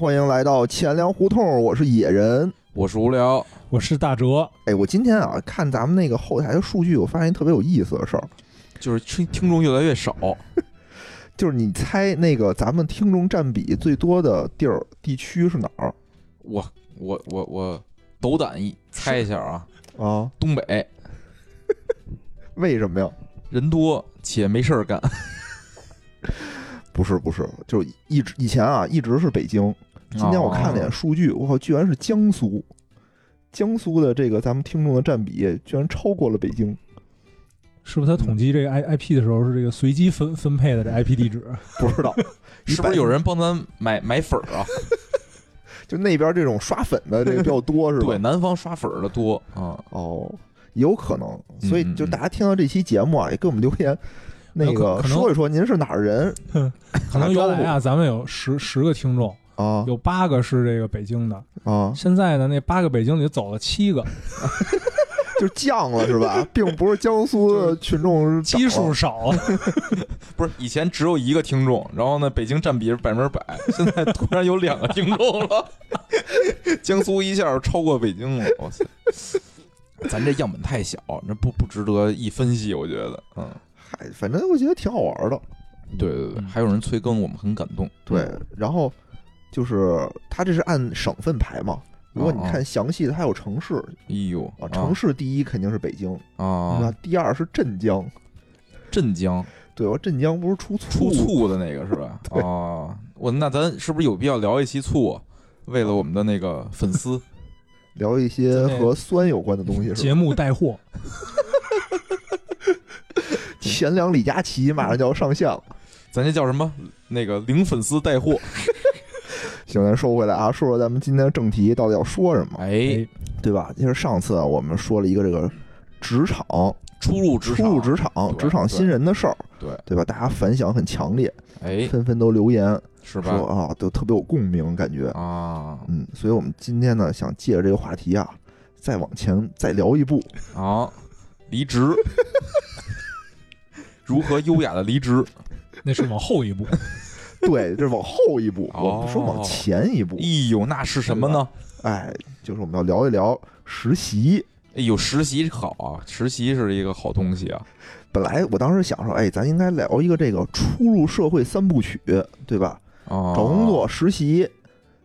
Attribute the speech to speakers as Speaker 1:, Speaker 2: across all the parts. Speaker 1: 欢迎来到钱粮胡同，我是野人。
Speaker 2: 我是无聊，
Speaker 3: 我是大哲，
Speaker 1: 哎，我今天啊看咱们那个后台的数据，我发现特别有意思的事儿，
Speaker 2: 就是听听众越来越少。
Speaker 1: 就是你猜那个咱们听众占比最多的地儿地区是哪儿
Speaker 2: 我我我我斗胆一猜一下啊，
Speaker 1: 啊？
Speaker 2: 东北
Speaker 1: 为什么呀？
Speaker 2: 人多且没事儿干，
Speaker 1: 不是不是，就是一直以前啊一直是北京，今天我看了眼
Speaker 2: 哦
Speaker 1: 数据，我靠，居然是江苏，江苏的这个咱们听众的占比居然超过了北京。
Speaker 3: 是不是他
Speaker 2: 嗯
Speaker 3: 统计这个 I I P 的时候是这个随机分分配的这 I P 地址？
Speaker 1: 不 知道
Speaker 2: 是不是有人帮咱买买粉儿啊？
Speaker 1: 就那边这种刷粉的这个比较多，是吧？
Speaker 2: 对，南方刷粉儿的多啊。
Speaker 1: 哦，有可能。所以
Speaker 2: 嗯
Speaker 1: 就
Speaker 2: 嗯
Speaker 1: 大家听到这期节目啊，也给我们留言，那
Speaker 3: 可
Speaker 1: 个
Speaker 3: 可能
Speaker 1: 说一说您是哪儿人
Speaker 3: 可能原来啊，咱们有十十个听众，
Speaker 1: 啊
Speaker 3: 有八个是这个北京的，
Speaker 1: 啊，
Speaker 3: 现在呢，那八个北京里走了七 个，
Speaker 1: 就降了是吧？并不是江苏的群众少
Speaker 3: 基数少啊了，
Speaker 2: 不是以前只有一个听众，然后呢，北京占比是百分之百，现在突然有两个听众了， 江苏一下超过北京了，哇塞！咱这样本太小，那不不值得一分析，我觉得，嗯，
Speaker 1: 嗨，反正我觉得挺好玩的。
Speaker 2: 对对对，
Speaker 3: 嗯
Speaker 2: 还有人催更，我们很感动。
Speaker 1: 对，然后就是它这是按省份排嘛。如果你
Speaker 2: 哦哦
Speaker 1: 看详细的，它有城市
Speaker 2: 哎呦
Speaker 1: 啊，城市第一肯定是北京，那
Speaker 2: 啊，
Speaker 1: 第二是镇江。
Speaker 2: 镇江
Speaker 1: 对，我镇江不是出
Speaker 2: 出
Speaker 1: 醋
Speaker 2: 醋的那个是 吧？啊，我那咱是不是有必要聊一期醋啊？为了我们的那个粉 丝，
Speaker 1: 聊一些
Speaker 3: 咱那
Speaker 1: 和酸有关的
Speaker 2: 啊
Speaker 1: 东西是吧？
Speaker 3: 节目带货，
Speaker 1: 前两李佳琦马上就要上线了。
Speaker 2: 咱这叫什么？那个零粉丝带货。
Speaker 1: 行，咱说回来啊，说说咱们今天的正题到底要说什么，
Speaker 2: 哎，
Speaker 1: 对吧？其实上次啊，我们说了一个这个职场、
Speaker 2: 初入职
Speaker 1: 初
Speaker 2: 场，
Speaker 1: 入职场、
Speaker 2: 对
Speaker 1: 职场新人的事儿，
Speaker 2: 对，
Speaker 1: 对吧？大家反响很强烈，
Speaker 2: 哎，
Speaker 1: 纷纷都留言
Speaker 2: 是吧
Speaker 1: 说？啊，都特别有共鸣，感觉，
Speaker 2: 啊，
Speaker 1: 嗯，所以我们今天呢，想借着这个话题啊，再往前再聊一 步，
Speaker 2: 啊，离职， 如何优雅的离职？
Speaker 3: 那是往后一 步，
Speaker 1: 对，这是往后一步，
Speaker 2: 哦
Speaker 1: 我不说往前一步，
Speaker 2: 哎呦，那是什么呢？
Speaker 1: 哎，就是我们要聊一聊实习。
Speaker 2: 哎呦，实习好啊，实习是一个好东西啊。
Speaker 1: 本来我当时想说，哎，咱应该聊一个这个初入社会三部曲，对吧？
Speaker 2: 啊，
Speaker 1: 找工作、实习，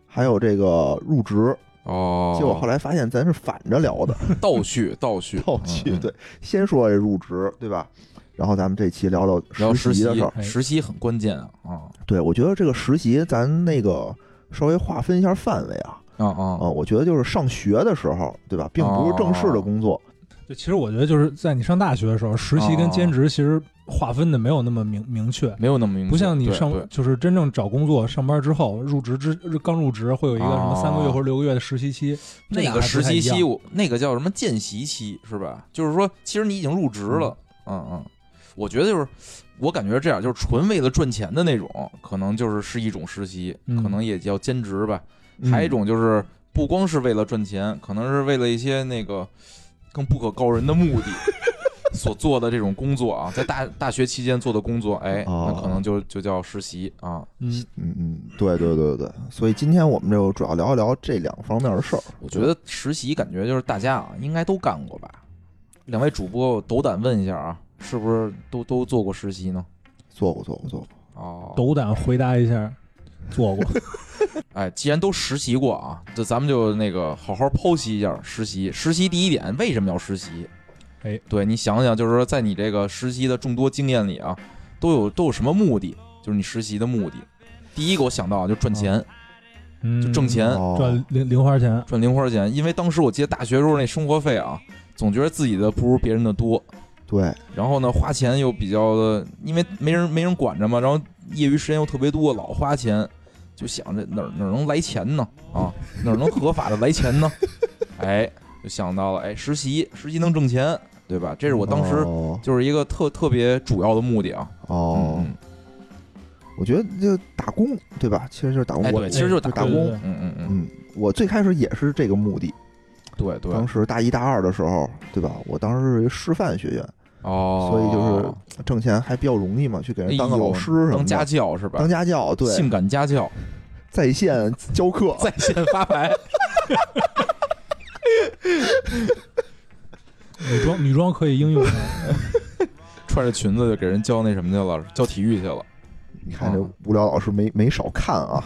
Speaker 1: 还有这个入职。
Speaker 2: 哦，
Speaker 1: 结果后来发现咱是反着聊的，
Speaker 2: 倒叙，倒叙，
Speaker 1: 倒叙
Speaker 2: 嗯，
Speaker 1: 对，先说这入职，对吧？然后咱们这期聊聊
Speaker 2: 聊
Speaker 1: 实习的事儿。
Speaker 3: 哎
Speaker 2: 实习很关键啊啊
Speaker 1: 对，我觉得这个实习，咱那个稍微划分一下范围啊。
Speaker 2: 啊
Speaker 1: 啊、
Speaker 2: 啊！
Speaker 1: 我觉得就是上学的时候，对吧，并不是正式的
Speaker 2: 哦
Speaker 1: 工作。
Speaker 3: 就其实我觉得就是在你上大学的时候，实习跟兼职其实划分的没有那么明明确。
Speaker 2: 没有那么啊明确，
Speaker 3: 不像你
Speaker 2: 对
Speaker 3: 上
Speaker 2: 对
Speaker 3: 就是真正找工作上班之后入职之刚入职会有一个什么三个月或者六个月的实习期，这
Speaker 2: 啊那
Speaker 3: 俩
Speaker 2: 个
Speaker 3: 还不
Speaker 2: 实
Speaker 3: 太
Speaker 2: 习
Speaker 3: 一
Speaker 2: 期，
Speaker 3: 样
Speaker 2: 我那个叫什么见习期是吧？就是说，其实你已经入职了，嗯嗯。我觉得就是，我感觉这样就是纯为了赚钱的那种，可能就是是一种实习，
Speaker 3: 嗯
Speaker 2: 可能也叫兼职吧。
Speaker 1: 嗯
Speaker 2: 还有一种就是不光是为了赚钱，可能是为了一些那个 更不可告人的目的 所做的这种工作啊，在大大学期间做的工作，哎，
Speaker 1: 哦
Speaker 2: 那可能就就叫实习啊。
Speaker 3: 嗯，
Speaker 1: 嗯嗯，对对对对对。所以今天我们就主要聊一聊这两方面的事儿。
Speaker 2: 我觉得实习感觉就是大家啊，应该都干过吧？两位主播，我斗胆问一下啊，是不是都都做过实习呢？
Speaker 1: 做过做过做过，
Speaker 2: 哦，
Speaker 3: 斗胆回答一下，做过，
Speaker 2: 哎，既然都实习过啊，这咱们就那个好好剖析一下实习。实习第一点，为什么要实习？
Speaker 3: 哎，
Speaker 2: 对你想想，就是说在你这个实习的众多经验里啊，都有都有什么目的？就是你实习的目的。第一个我想到啊，就赚钱，
Speaker 3: 嗯，
Speaker 2: 就挣钱，
Speaker 1: 哦
Speaker 3: 赚零零花钱，
Speaker 2: 赚零花钱。因为当时我记得大学时候那生活费啊，总觉得自己的不如别人的多，
Speaker 1: 对，
Speaker 2: 然后呢，花钱又比较的，因为没人没人管着嘛，然后业余时间又特别多，老花钱，就想着哪儿哪儿能来钱呢？啊，哪儿能合法的来钱呢？ 哎，就想到了，哎，实习，实习能挣钱，对吧？这是我当时
Speaker 1: 哦
Speaker 2: 就是一个特特别主要的目的啊。
Speaker 1: 哦
Speaker 2: 嗯，
Speaker 1: 我觉得就打工，对吧？其实就是打工。
Speaker 2: 嗯哎，
Speaker 1: 我
Speaker 2: 对，其实就是打
Speaker 1: 打
Speaker 2: 工
Speaker 1: 工。
Speaker 2: 嗯嗯嗯，
Speaker 1: 嗯，我最开始也是这个目的。
Speaker 2: 对对。
Speaker 1: 当时大一大二的时候，对吧？我当时是一师范学院，
Speaker 2: 哦，
Speaker 1: 所以就是挣钱还比较容易嘛，去给人当个
Speaker 2: 哎呦
Speaker 1: 老师什么的，
Speaker 2: 当家教是吧
Speaker 1: 当？家教，对，
Speaker 2: 性感家教
Speaker 1: 在线教 课，
Speaker 2: 在线发牌，
Speaker 3: 女装女装可以应用的，
Speaker 2: 穿着裙子就给人教那什么去了，教体育去了，
Speaker 1: 你看这无聊老师没没少看 啊，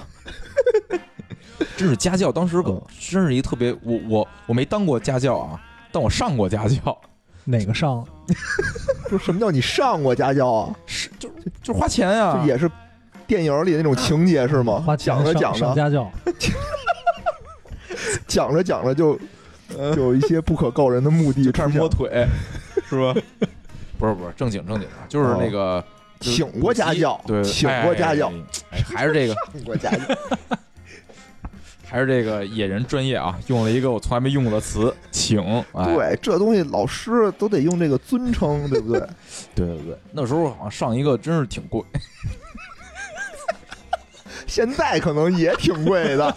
Speaker 2: 真是家教。当时可
Speaker 1: 嗯
Speaker 2: 真是一特别，我我我没当过家教啊，但我上过家教，
Speaker 3: 哪个 上了？
Speaker 1: 说什么叫你上过家教啊？
Speaker 2: 是就就花钱啊呀、
Speaker 1: 这也是电影里那种情节是吗？
Speaker 3: 花钱
Speaker 1: 讲着
Speaker 3: 上
Speaker 1: 讲
Speaker 3: 上
Speaker 1: 着
Speaker 3: 家教，
Speaker 1: 讲着讲着就就有一些不可告人的目的
Speaker 2: 呃就开
Speaker 1: 出
Speaker 2: 始
Speaker 1: 现了，
Speaker 2: 摸腿，是吧？不是不是正经正经的，就是那个就是
Speaker 1: 请过家教，
Speaker 2: 对，
Speaker 1: 哦请过家教，
Speaker 2: 哎，哎还是这个
Speaker 1: 请过家教，
Speaker 2: 还是这个野人专业啊，用了一个我从来没用过的词“请”哎。
Speaker 1: 对，这东西老师都得用这个尊称，对不 对？
Speaker 2: 对对对，那时候好像上一个真是挺贵，
Speaker 1: 现在可能也挺贵的，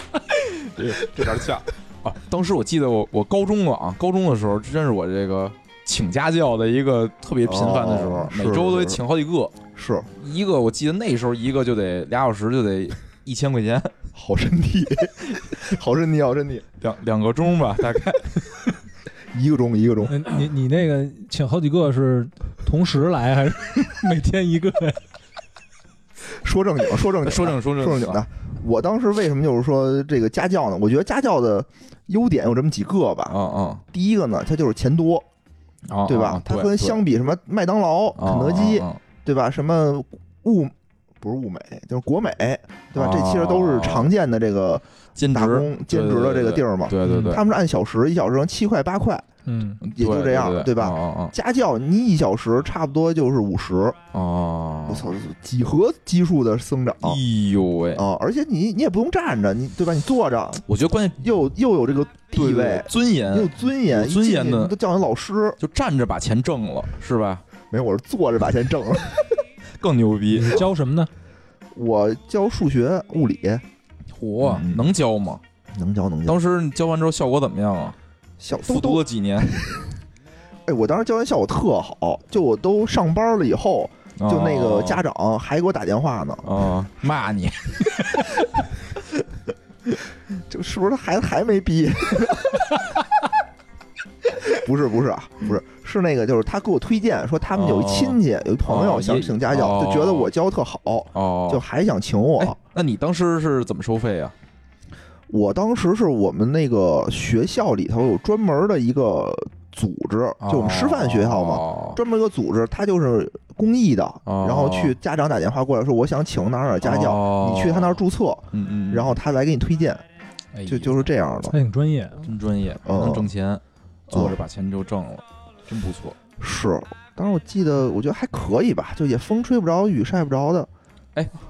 Speaker 2: 这点价 啊。当时我记得我我高中了啊，高中的时候真是我这个请家教的一个特别频繁的时候，
Speaker 1: 哦
Speaker 2: 每
Speaker 1: 是
Speaker 2: 周都得
Speaker 1: 是
Speaker 2: 请好几个，
Speaker 1: 是
Speaker 2: 一个我记得那时候一个就得俩小时就 得一千块钱，
Speaker 1: 好身体， 好身体，好身体，
Speaker 2: 两两个钟吧大概。
Speaker 1: 一个钟一个钟，
Speaker 3: 嗯，你你那个请好几个是同时来还是 每天一个呀？
Speaker 1: 说正经，说正经， 啊
Speaker 2: 说正说啊正
Speaker 1: 说正经的。我当时为什么就是说这个家教呢？我觉得家教的优点有这么几个
Speaker 2: 啊
Speaker 1: 吧。
Speaker 2: 啊
Speaker 1: 第一个呢，它就是钱多，
Speaker 2: 啊，
Speaker 1: 对吧？
Speaker 2: 啊
Speaker 1: 它跟相比什么麦当劳、肯德基，对吧？什么物不是物美，就是国美，对吧？
Speaker 2: 啊
Speaker 1: 这其实都是常见的这个
Speaker 2: 兼
Speaker 1: 打
Speaker 2: 职
Speaker 1: 工兼职的这个地儿嘛。
Speaker 2: 对对对，
Speaker 1: 他们是按小时，一小时能七块八块。
Speaker 3: 嗯，
Speaker 1: 也就这样
Speaker 2: 对
Speaker 1: 对吧
Speaker 2: 哦
Speaker 1: 家教你一小时差不多就是五十，
Speaker 2: 哦哦，
Speaker 1: 我操，几何基数的增长
Speaker 2: 哎呦喂！
Speaker 1: 啊！而且你你也不用站着，你对吧？你坐着
Speaker 2: 我觉得关键
Speaker 1: 又又有这个
Speaker 2: 对
Speaker 1: 地位
Speaker 2: 对，尊严
Speaker 1: 你有尊严，
Speaker 2: 嗯有尊严
Speaker 1: 一进去
Speaker 2: 的
Speaker 1: 你都叫人老师。
Speaker 2: 就站着把钱挣了，是吧？
Speaker 1: 没有，我是坐着把钱挣了。
Speaker 2: 更牛 逼！
Speaker 3: 你教什么呢？
Speaker 1: 我教数学、物理，
Speaker 2: 嚯
Speaker 1: 嗯
Speaker 2: 能教吗？
Speaker 1: 能教能教。
Speaker 2: 当时你教完之后效果怎么样啊？
Speaker 1: 小
Speaker 2: 复
Speaker 1: 都
Speaker 2: 读
Speaker 1: 都，
Speaker 2: 了几年，
Speaker 1: 哎，我当时教完效果特好，就我都上班了以后，就那
Speaker 2: 哦
Speaker 1: 个家长还给我打电话呢，
Speaker 2: 啊骂你，
Speaker 1: 这是不是他孩子还没毕业？不是不是啊，不是是那个，就是他给我推荐说他们有一亲戚、有一朋友
Speaker 2: 哦
Speaker 1: 想
Speaker 2: 也
Speaker 1: 请家教，
Speaker 2: 哦
Speaker 1: 就觉得我教得特好，
Speaker 2: 哦，
Speaker 1: 就还想请我。
Speaker 2: 哎，那你当时是怎么收费啊？
Speaker 1: 我当时是我们那个学校里头有专门的一个组织，
Speaker 2: 哦
Speaker 1: 就我们师范学校嘛，
Speaker 2: 嘛，
Speaker 1: 专门一个组织，他就是公益的，
Speaker 2: 哦
Speaker 1: 然后去家长打电话过来说我想请哪儿哪儿家教，
Speaker 2: 哦
Speaker 1: 你去他那儿，注册，
Speaker 2: 嗯嗯，
Speaker 1: 然后他来给你推荐，
Speaker 2: 哎
Speaker 1: 就
Speaker 2: 呀
Speaker 1: 就是这样的。
Speaker 3: 还挺专业，
Speaker 2: 真专业，
Speaker 1: 嗯
Speaker 2: 能挣钱，坐着把钱就挣了，真不错。
Speaker 1: 是，当时我记得，我觉得还可以吧，就也风吹不着，雨晒不着的。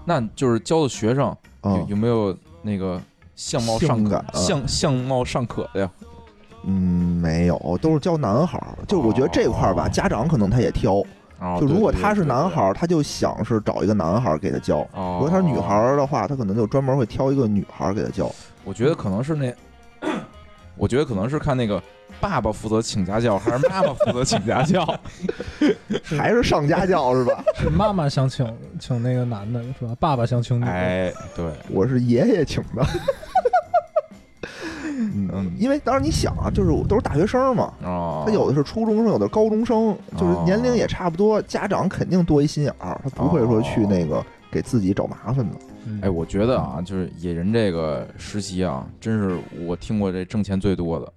Speaker 2: 那就是教的学生有
Speaker 1: 嗯
Speaker 2: 有没有那个相貌上
Speaker 1: 性
Speaker 2: 可
Speaker 1: 感啊
Speaker 2: 相相貌上可的呀？
Speaker 1: 嗯，没有，都是教男孩儿。就我觉得这块儿吧，
Speaker 2: 哦
Speaker 1: 家长可能他也挑。
Speaker 2: 哦
Speaker 1: 就
Speaker 2: 对
Speaker 1: 如果
Speaker 2: 对
Speaker 1: 他是
Speaker 2: 对对
Speaker 1: 男孩儿，他就想是找一个男孩儿给他教。如
Speaker 2: 哦，
Speaker 1: 果她是女孩，儿的话，她可能就专门会挑一个女孩儿给她教。
Speaker 2: 我觉得可能是那，我觉得可能是看那个爸爸负责请家教还是妈妈负责请家 教，
Speaker 1: 还是上家教是 吧？
Speaker 3: 是妈妈想请请那个男的是吧？爸爸想请女的，
Speaker 2: 哎，对，
Speaker 1: 我是爷爷请 的。嗯，因为当时你想啊，就是我都是大学生嘛，
Speaker 2: 哦，
Speaker 1: 他有的是初中生，有的是高中生，就是
Speaker 2: 哦
Speaker 1: 年龄也差不多，家长肯定多一心眼儿，他不会说去那个给自己找麻烦的。
Speaker 3: 嗯
Speaker 2: 哎，我觉得啊，就是野人这个实习啊，真是我听过这挣钱最多的。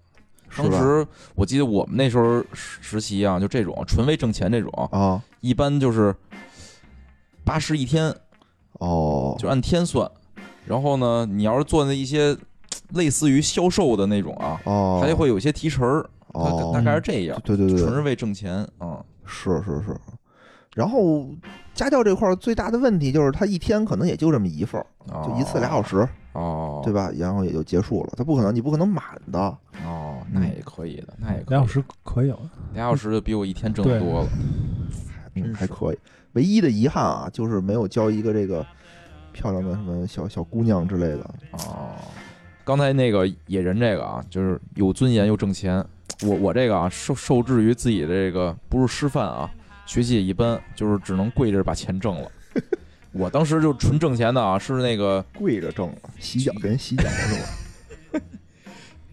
Speaker 1: 是
Speaker 2: 当
Speaker 1: 吧
Speaker 2: 时我记得我们那时候实实习啊，就这种纯为挣钱这种，
Speaker 1: 啊，
Speaker 2: 一般就是八十一天，
Speaker 1: 哦，
Speaker 2: 就按天算。然后呢，你要是做那一些类似于销售的那种啊，
Speaker 1: 哦，
Speaker 2: 它就会有些提成儿，它它大
Speaker 1: 哦，
Speaker 2: 概是这样，
Speaker 1: 对对对，
Speaker 2: 纯是
Speaker 1: 对
Speaker 2: 为挣钱啊。
Speaker 1: 是是是。然后家教这块儿最大的问题就是，他一天可能也就这么一份儿，
Speaker 2: 哦
Speaker 1: 就一次俩小时，
Speaker 2: 哦，
Speaker 1: 对吧？然后也就结束了，他不可能，你不可能满的。
Speaker 2: 哦，那也可以的，那也可以
Speaker 3: 两小时可以了，
Speaker 2: 俩小时就比我一天挣得
Speaker 3: 对
Speaker 2: 多了。
Speaker 1: 嗯
Speaker 2: 真
Speaker 1: 还
Speaker 2: 是
Speaker 1: 可以。唯一的遗憾啊，就是没有教一个这个漂亮的什么小小姑娘之类的。
Speaker 2: 哦，刚才那个野人这个啊，就是有尊严又挣钱。我我这个啊，受受制于自 己的这个不是师范啊，学习也一般，就是只能跪着把钱挣了。我当时就纯挣钱的啊，是那个
Speaker 1: 跪着挣了，洗脚跟洗脚是 吧？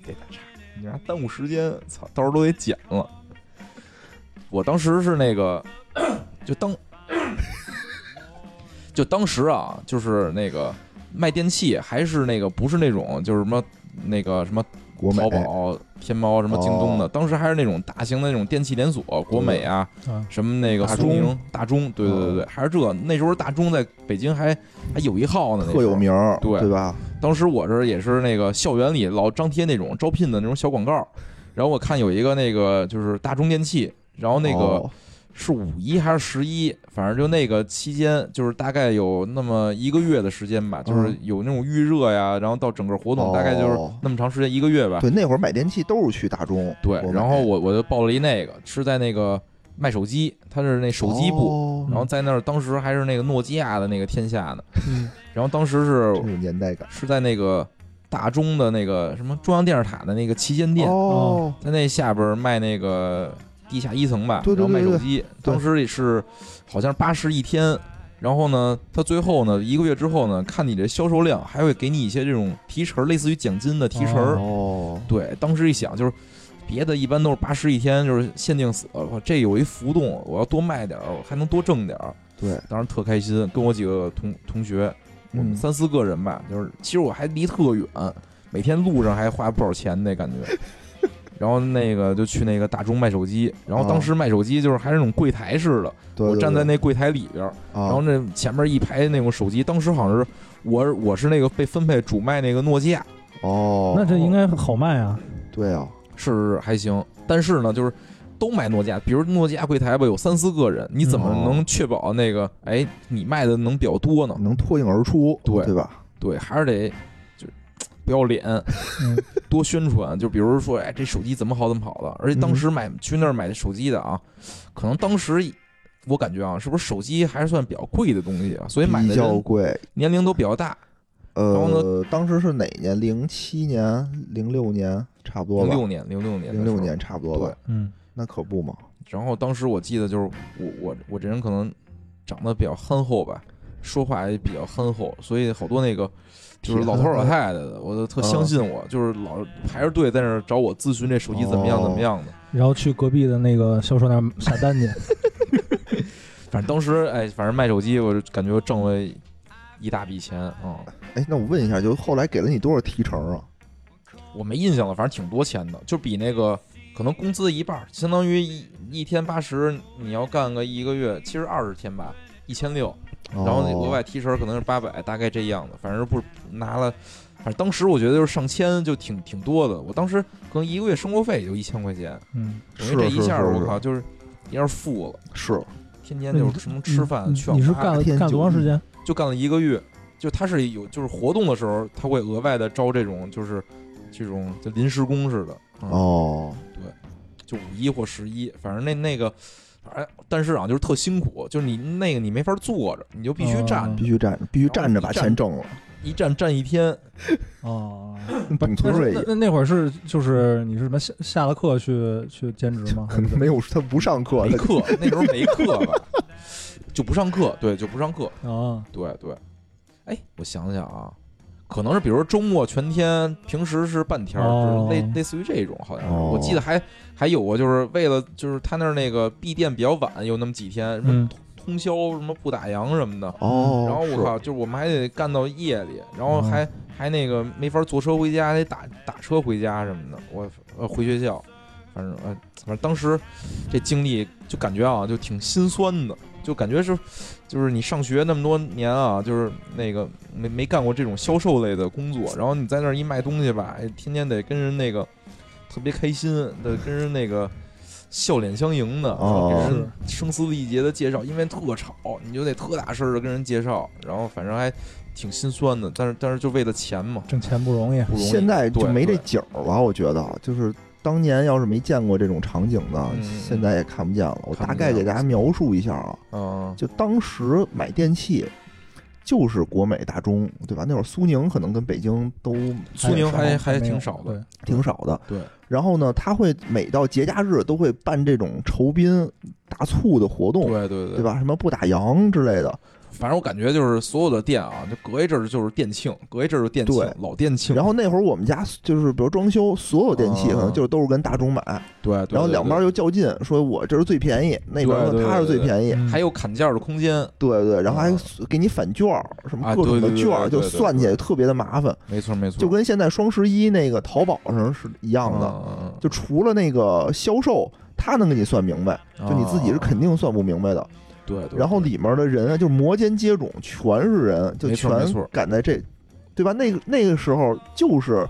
Speaker 2: 别打岔，你让耽误时间，操，到时候都得剪了。我当时是那个，就当，就当时啊，就是那个卖电器，还是那个不是那种就是什么那个什么
Speaker 1: 国美
Speaker 2: 淘宝、天猫什么京东的，
Speaker 1: 哦
Speaker 2: 当时还是那种大型的那种电器连锁，国美啊，
Speaker 3: 啊，
Speaker 2: 什么那个
Speaker 1: 大
Speaker 2: 苏
Speaker 1: 中哦
Speaker 2: 宁、大中，对对对对，还是这。那时候大中在北京还还有一号呢，那
Speaker 1: 特
Speaker 2: 时候
Speaker 1: 有。名儿，
Speaker 2: 对
Speaker 1: 对吧？
Speaker 2: 当时我这儿也是那个校园里老张贴那种招聘的那种小广告，然后我看有一个那个就是大中电器，然后那个
Speaker 1: 哦
Speaker 2: 是五一还是十一，反正就那个期间，就是大概有那么一个月的时间吧，就是
Speaker 1: 嗯
Speaker 2: 有那种预热呀，然后到整个活动大概就是
Speaker 1: 哦
Speaker 2: 那么长时间，一个月吧。
Speaker 1: 对，那会儿买电器都是去大中，
Speaker 2: 对
Speaker 1: 国，美
Speaker 2: 然后我我就报了一那个是在那个卖手机，它是那手机部，
Speaker 1: 哦
Speaker 2: 然后在那儿当时还是那个诺基亚的那个天下呢，
Speaker 3: 嗯，
Speaker 2: 然后当时是
Speaker 1: 真有年代感。
Speaker 2: 是在那个大中的那个什么中央电视塔的那个旗舰店，
Speaker 1: 哦，
Speaker 2: 在那下边卖那个地下一层吧，
Speaker 1: 对对对
Speaker 2: 然后卖手机，
Speaker 1: 对
Speaker 2: 当时也是好像是八十一天。然后呢，他最后呢，一个月之后呢，看你的销售量，还会给你一些这种提成，类似于奖金的提成。
Speaker 3: 哦
Speaker 1: 哦，
Speaker 2: 对，当时一想就是，别的一般都是八十一天，就是限定死了。我这有一浮动，我要多卖点儿，我还能多挣点儿。
Speaker 1: 对，
Speaker 2: 当时特开心，跟我几个同同学，我们
Speaker 1: 嗯
Speaker 2: 三四个人吧，就是其实我还离特远，每天路上还花不少钱那 感觉。然后那个就去那个大中卖手机，然后当时卖手机就是还是那种柜台式的，
Speaker 1: 啊对
Speaker 2: 我
Speaker 1: 对
Speaker 2: 站在
Speaker 1: 对
Speaker 2: 那柜台里边儿，
Speaker 1: 啊
Speaker 2: 然后那前面一排那种手机，当时好像是我我是那个被分配主卖那个诺基亚，
Speaker 1: 哦，
Speaker 3: 那这应该好卖
Speaker 2: 哦
Speaker 3: 啊，
Speaker 1: 对啊，
Speaker 2: 是还行，但是呢，就是都买诺基亚，比如诺基亚柜台吧，有三四个人，你怎么
Speaker 1: 嗯
Speaker 2: 能确保那个哎你卖的能比较多呢？
Speaker 1: 能脱颖而出，
Speaker 2: 对
Speaker 1: 对吧？
Speaker 2: 对，还是得就不要 脸，
Speaker 3: 嗯
Speaker 2: 多宣传。就比如说，哎，这手机怎么好怎么好的，而且当时买去那儿买手机的啊，可能当时我感觉啊，是不是手机还是算比较贵的东西啊？所以买的
Speaker 1: 比较
Speaker 2: 人
Speaker 1: 贵。
Speaker 2: 年龄都比较大，然后
Speaker 1: 呃，当时是哪年？零七年、零六年，差不多
Speaker 2: 零
Speaker 1: 吧。
Speaker 2: 六年，零六年，
Speaker 1: 零六。年差不多吧
Speaker 2: 对，
Speaker 3: 嗯，
Speaker 1: 那可不嘛。
Speaker 2: 然后当时我记得就是我我我这人可能长得比较憨厚吧，说话也比较憨厚，所以好多那个就是老头儿老太太的，我都特相信我，就是老排着队在那儿找我咨询这手机怎么样
Speaker 1: 哦
Speaker 2: 怎么样的。
Speaker 3: 然后去隔壁的那个销售那儿下单去，
Speaker 2: 反正当时哎，反正卖手机我就感觉挣了一大笔钱啊、嗯
Speaker 1: 哎，那我问一下，就后来给了你多少提成啊？
Speaker 2: 我没印象了，反正挺多钱的，就比那个。可能工资的一半儿，相当于一一天八十，你要干个一个月，其实二十天吧，一千六，
Speaker 1: 然
Speaker 2: 然后那额外提成可能是八百，大概这样的，反正不拿了，反正当时我觉得就是上千就挺挺多的，我当时可能一个月生活费也就一千块钱，
Speaker 3: 嗯，
Speaker 2: 等于这一下
Speaker 1: 是是是
Speaker 2: 我靠就是一下富了，
Speaker 1: 是
Speaker 2: 天天就是什么吃饭
Speaker 3: 你
Speaker 2: 去
Speaker 3: 嗯你是
Speaker 2: 网吧
Speaker 3: 干了
Speaker 1: 天
Speaker 3: 干
Speaker 1: 就
Speaker 3: 多长时间？
Speaker 2: 就干了一个月，就他是有就是活动的时候他会额外的招这种就是这种就临时工似的，嗯、
Speaker 1: 哦，
Speaker 2: 就五一或十一，反正那那个。反正但是啊，就是特辛苦，就是你那个你没法坐着，你就必须站
Speaker 3: 哦
Speaker 2: 着，
Speaker 1: 必须站，必须站着把钱挣了，
Speaker 2: 一站站一天，
Speaker 3: 哦，
Speaker 1: 董存
Speaker 3: 那
Speaker 1: 瑞
Speaker 3: 那那那会儿是就是你是什么下下了课去去兼 职吗？
Speaker 1: 可能没有他不上课，
Speaker 2: 没
Speaker 1: 他
Speaker 2: 课，那时候没课吧，就不上课，对，就不上课，
Speaker 3: 啊，
Speaker 2: 对对。哎，我想想啊，可能是比如说周末全天，平时是半天儿，
Speaker 3: 哦
Speaker 2: 就是类类似于这种，好像是。
Speaker 1: 哦
Speaker 2: 我记得还还有过，就是为了就是他那儿那个闭店比较晚，有那么几天，什么
Speaker 3: 嗯
Speaker 2: 通宵，什么不打烊什么的。
Speaker 1: 哦，
Speaker 2: 然后
Speaker 1: 是哦
Speaker 2: 我靠，就是我们还得干到夜里，然后还、还那个没法坐车回家，还得打打车回家什么的。我呃回学校，反正呃反正当时这经历就感觉啊，就挺心酸的，就感觉是就是你上学那么多年啊，就是那个没没干过这种销售类的工作，然后你在那儿一卖东西吧，哎天天得跟人那个特别开心的跟人那个。笑脸相迎的，然后给
Speaker 1: 哦
Speaker 2: 人声嘶力竭的介绍，因为特吵，你就得特大声的跟人介绍，然后反正还挺心酸的，但是但是就为了钱嘛，
Speaker 3: 挣钱不容易，
Speaker 2: 不容易。
Speaker 1: 现在就
Speaker 2: 对
Speaker 1: 没这
Speaker 2: 对
Speaker 1: 景儿了，我觉得就是。当年要是没见过这种场景的，
Speaker 2: 嗯嗯嗯
Speaker 1: 现在也看不见了。我
Speaker 2: 看不
Speaker 1: 大概
Speaker 2: 见
Speaker 1: 给
Speaker 2: 了
Speaker 1: 大家描述一下啊，
Speaker 2: 嗯，
Speaker 1: 就当时买电器，就是国美、大中，对吧？那会儿苏宁可能跟北京都
Speaker 2: 苏宁还
Speaker 3: 有
Speaker 2: 还
Speaker 3: 没有
Speaker 2: 挺少的
Speaker 3: 对
Speaker 1: 挺少的。
Speaker 2: 对，
Speaker 1: 然后呢，他会每到节假日都会办这种酬宾大促的活动，
Speaker 2: 对对对
Speaker 1: 对？吧？什么不打烊之类的，
Speaker 2: 反正我感觉就是所有的店啊，就隔一阵儿就是店庆，隔一阵儿就店
Speaker 1: 对
Speaker 2: 庆，老店庆。
Speaker 1: 然后那会儿我们家就是比如装修，所有电器可能
Speaker 2: 嗯
Speaker 1: 就是都是跟大众买，
Speaker 2: 对，对
Speaker 1: 然后两边
Speaker 2: 对
Speaker 1: 又较劲，说我这是最便宜，那边
Speaker 2: 对
Speaker 1: 说
Speaker 2: 对
Speaker 1: 他是最
Speaker 2: 对对
Speaker 1: 便宜，
Speaker 3: 嗯
Speaker 2: 对还有砍价的空间，
Speaker 1: 对对，然后还
Speaker 2: 嗯
Speaker 1: 给你返券儿，什么
Speaker 2: 啊
Speaker 1: 各种
Speaker 2: 对
Speaker 1: 的
Speaker 2: 对对
Speaker 1: 券儿，
Speaker 2: 对对
Speaker 1: 就
Speaker 2: 对
Speaker 1: 算起来特别的麻烦，
Speaker 2: 没错没错，
Speaker 1: 就跟现在双十一那个淘宝上是一样的，
Speaker 2: 嗯
Speaker 1: 就除了那个销售，他能给你算明白，就你自己是
Speaker 2: 啊
Speaker 1: 肯定算不明白的。
Speaker 2: 嗯对对对
Speaker 1: 然后里面的人啊，就是摩肩接踵，全是人，就
Speaker 2: 没错没
Speaker 1: 全
Speaker 2: 错
Speaker 1: 赶在这，对吧？那个那个时候就是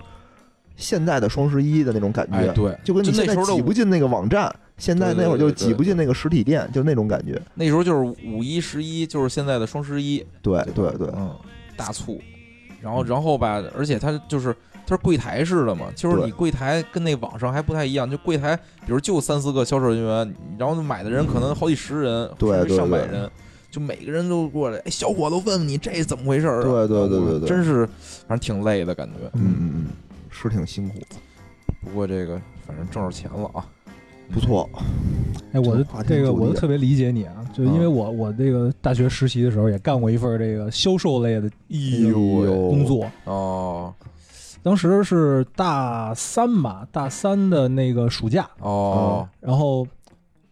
Speaker 1: 现在的双十一的那种感
Speaker 2: 哎
Speaker 1: 觉，
Speaker 2: 对，
Speaker 1: 就跟你
Speaker 2: 就那
Speaker 1: 现在
Speaker 2: 时候的
Speaker 1: 挤不进那个网站，现在
Speaker 2: 对对
Speaker 1: 那会儿
Speaker 2: 对
Speaker 1: 就
Speaker 2: 对
Speaker 1: 挤不进那个实体店，就那种感觉。
Speaker 2: 那时候就是五一十一，就是现在的双十一，
Speaker 1: 对对
Speaker 2: 吧
Speaker 1: 哎对，嗯
Speaker 2: 嗯，大促。然后，然后吧，而且它就是它是柜台式的嘛，就是
Speaker 1: 对
Speaker 2: 你柜台跟那网上还不太一样，就柜台比如就三四个销售人员，然后买的人可能好几十人，
Speaker 1: 对
Speaker 2: 甚至
Speaker 1: 对
Speaker 2: 上百
Speaker 1: 对
Speaker 2: 人，就每个人都过来，哎，小伙子，问问你这怎么回事儿啊？
Speaker 1: 对对对对对
Speaker 2: 真是，反正挺累的感觉。
Speaker 1: 嗯嗯嗯，是挺辛苦，
Speaker 2: 嗯不过这个反正挣着钱了啊，
Speaker 1: 不错。
Speaker 3: 哎，
Speaker 1: 这
Speaker 2: 嗯
Speaker 3: 我的
Speaker 1: 个话题
Speaker 3: 这个
Speaker 1: 助力
Speaker 3: 我
Speaker 1: 啊
Speaker 3: 就特别理解你啊，就因为我我这个大学实习的时候也干过一份这个销售类的
Speaker 2: 哎呦喂
Speaker 3: 工作，
Speaker 2: 哦
Speaker 3: 当时是大三吧，大三的那个暑假，
Speaker 2: 哦
Speaker 3: 然后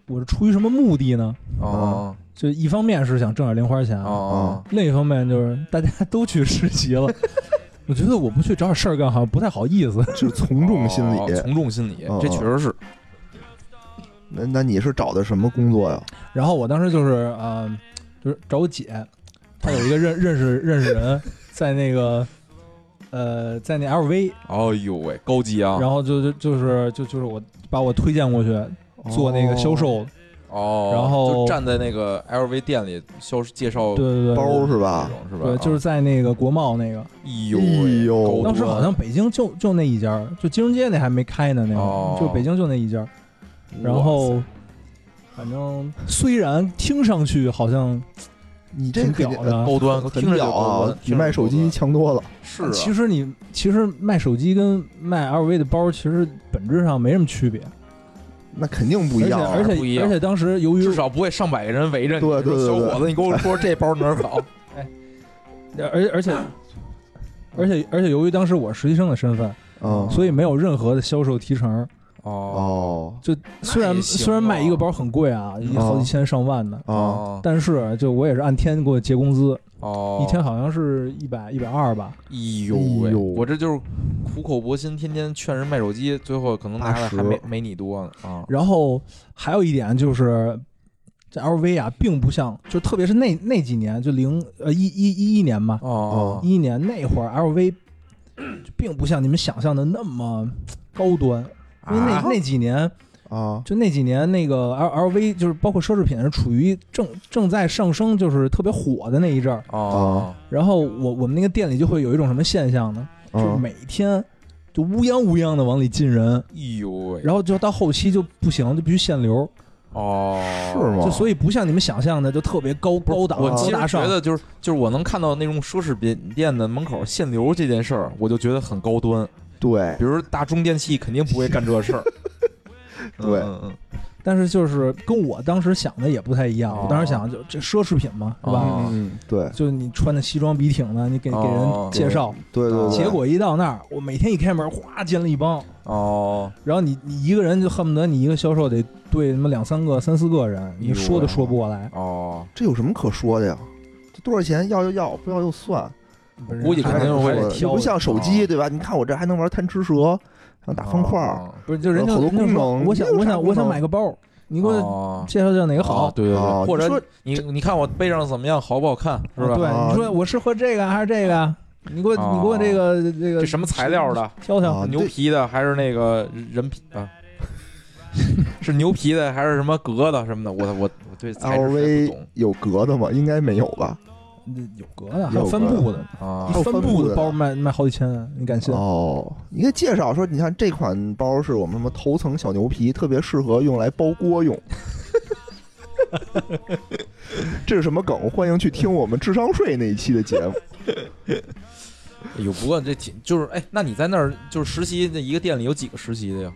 Speaker 3: 我是出于什么目的呢？
Speaker 1: 嗯
Speaker 2: 哦
Speaker 3: 就一方面是想挣点零花钱，啊
Speaker 2: 哦
Speaker 3: 另一方面就是大家都去实习了， 我觉得我不去找点事儿干好像不太好意思。
Speaker 1: 就是从众心理。
Speaker 2: 哦从众心理
Speaker 1: 嗯，
Speaker 2: 这确实是
Speaker 1: 那那你是找的什么工作呀？
Speaker 3: 然后我当时就是呃，就是找我姐，她有一个认认识认识人在那个呃在那 LV，
Speaker 2: 哎呦喂，高级啊！
Speaker 3: 然后就就就是就就是我把我推荐过去做那个销售，
Speaker 2: 哦，
Speaker 3: 然后
Speaker 2: 就站在那个 LV 店里销介绍
Speaker 3: 对对对，
Speaker 1: 包是吧
Speaker 2: 这？种是吧？
Speaker 3: 对，就是在那个国贸那个，
Speaker 2: 哎呦
Speaker 1: 哎
Speaker 2: 喂
Speaker 1: 呦
Speaker 2: 高端
Speaker 3: 当时好像北京就就那一家儿，就金融街那还没开呢，那会
Speaker 2: 哦
Speaker 3: 儿就北京就那一家儿。
Speaker 2: 嗯
Speaker 3: 然后，反正虽然听上去好像
Speaker 1: 你这
Speaker 3: 挺
Speaker 1: 肯
Speaker 3: 屌
Speaker 1: 定
Speaker 3: 的，
Speaker 2: 高端，
Speaker 1: 很
Speaker 2: 听着就
Speaker 1: 屌
Speaker 2: 高
Speaker 1: 啊
Speaker 2: 端，
Speaker 1: 比卖手机强多了。
Speaker 2: 是啊
Speaker 3: 其实你其实卖手机跟卖 LV 的包其实本质上没什么区别，
Speaker 1: 那肯定不一样啊，
Speaker 3: 而且而
Speaker 2: 不一
Speaker 3: 且
Speaker 2: 样
Speaker 3: 而且当时由于
Speaker 2: 至少不会上百个人围着你。
Speaker 1: 对对对
Speaker 2: 说
Speaker 1: 对
Speaker 2: 小伙子，你给我说这包哪儿 好？
Speaker 3: 呃而而且
Speaker 2: 嗯
Speaker 3: 而且而且由于当时我实习生的身份，
Speaker 1: 嗯
Speaker 3: 所以没有任何的销售提成。
Speaker 2: 哦
Speaker 1: 哦
Speaker 3: 就虽
Speaker 2: 那
Speaker 3: 然
Speaker 2: 也行
Speaker 3: 虽然卖一个
Speaker 2: 啊
Speaker 3: 包很贵啊，
Speaker 2: 嗯
Speaker 3: 也好几千上万的，
Speaker 1: 哦，
Speaker 3: 但是就我也是按天给我结工资，
Speaker 2: 哦，
Speaker 3: 一天好像是一百一百二吧。
Speaker 2: 哎呦喂，
Speaker 1: 哎呦
Speaker 2: 我这就是苦口婆心，天天劝人卖手机，最后可能拿的
Speaker 1: 80
Speaker 2: 还没没你多呢啊。
Speaker 1: 嗯
Speaker 3: 然后还有一点就是，这 LV 啊，并不像，就特别是那那几年，就零呃一一一一年嘛，
Speaker 2: 哦
Speaker 1: 嗯
Speaker 3: 一一年那会儿 LV 就并不像你们想象的那么高端，因为那、
Speaker 1: 嗯
Speaker 2: 啊
Speaker 3: 那几年
Speaker 1: 啊，
Speaker 3: 就那几年那个 L LV 就是包括奢侈品是处于正正在上升，就是特别火的那一阵儿。
Speaker 2: 哦
Speaker 3: 然后我我们那个店里就会有一种什么现象呢？就是
Speaker 1: 嗯
Speaker 3: 每天就乌泱乌泱的往里进人，
Speaker 2: 哎呦喂，
Speaker 3: 然后就到后期就不行，就必须限流。
Speaker 2: 哦，
Speaker 1: 是吗？
Speaker 3: 就所以不像你们想象的，就特别高
Speaker 2: 不是
Speaker 3: 高档、
Speaker 2: 我
Speaker 1: 啊
Speaker 3: 高
Speaker 2: 其实
Speaker 3: 大上
Speaker 2: 觉。得就是就是我能看到那种奢侈品店的门口限流这件事儿，我就觉得很高端。
Speaker 1: 对
Speaker 2: 比，如大中电器肯定不会干这事 儿。
Speaker 1: 对
Speaker 2: 嗯嗯
Speaker 3: 但是就是跟我当时想的也不太一样，
Speaker 2: 哦
Speaker 3: 我当时想就这奢侈品嘛，是吧？
Speaker 2: 哦
Speaker 1: 嗯，嗯对
Speaker 3: 就你穿的西装笔挺的，你给给
Speaker 2: 哦
Speaker 3: 人介绍，
Speaker 1: 对对，对
Speaker 3: 结果一到那儿，我每天一开门，哗进了一帮，
Speaker 2: 嗯哦，
Speaker 3: 然后你你一个人就恨不得你一个销售得对他妈两三个、三四个人，
Speaker 2: 哎呦
Speaker 3: 你说都说不过来。
Speaker 2: 哦，
Speaker 1: 这有什么可说的呀？这多少钱要就要，不要就算，
Speaker 3: 本身
Speaker 2: 哦估计肯定会
Speaker 3: 还得
Speaker 1: 说的
Speaker 3: 挑
Speaker 1: 又不像手
Speaker 2: 哦
Speaker 1: 机对吧？你看我这还能玩贪吃蛇，还能打方块儿，
Speaker 2: 哦，
Speaker 3: 不是就人家
Speaker 1: 好多
Speaker 3: 人家
Speaker 1: 功
Speaker 3: 说
Speaker 1: 能
Speaker 3: 我想
Speaker 1: 你有
Speaker 3: 我
Speaker 1: 啥
Speaker 3: 想我
Speaker 1: 功
Speaker 3: 想
Speaker 1: 能
Speaker 3: 买个包，你给我
Speaker 2: 哦
Speaker 3: 介绍介绍哪个
Speaker 2: 哦
Speaker 3: 好？
Speaker 2: 对对
Speaker 1: 哦
Speaker 2: 对，或
Speaker 1: 你说
Speaker 2: 者你你看我背上怎么样，好不好看，是吧？
Speaker 3: 对，
Speaker 1: 啊
Speaker 3: 你说我是喝这个还是这个啊？你给我，
Speaker 2: 啊
Speaker 3: 你给我这个这个
Speaker 2: 这什么材料的？
Speaker 3: 挑挑
Speaker 1: 啊
Speaker 2: 牛
Speaker 1: 对
Speaker 2: 皮的还是那个人皮啊？ 是牛皮的还是什么革的什么的？我我我对材质实在不
Speaker 1: LV 啊有格的吗？应该没有吧？
Speaker 3: 嗯有格的，
Speaker 1: 有
Speaker 3: 还有帆布的，
Speaker 2: 懂啊
Speaker 3: 一
Speaker 1: 有
Speaker 3: 帆
Speaker 1: 帆布
Speaker 3: 布
Speaker 1: 的
Speaker 3: 的包卖卖好几千，啊你敢信？
Speaker 1: 哦，你可以介绍说，你看这款包是我们什么头层小牛皮，特别适合用来包锅 用。这是什么梗？欢迎去听我们智商税那一期的节目。
Speaker 2: 哎呦，不过这挺就是哎，那你在那儿就是实习的一个店里有几个实习的呀？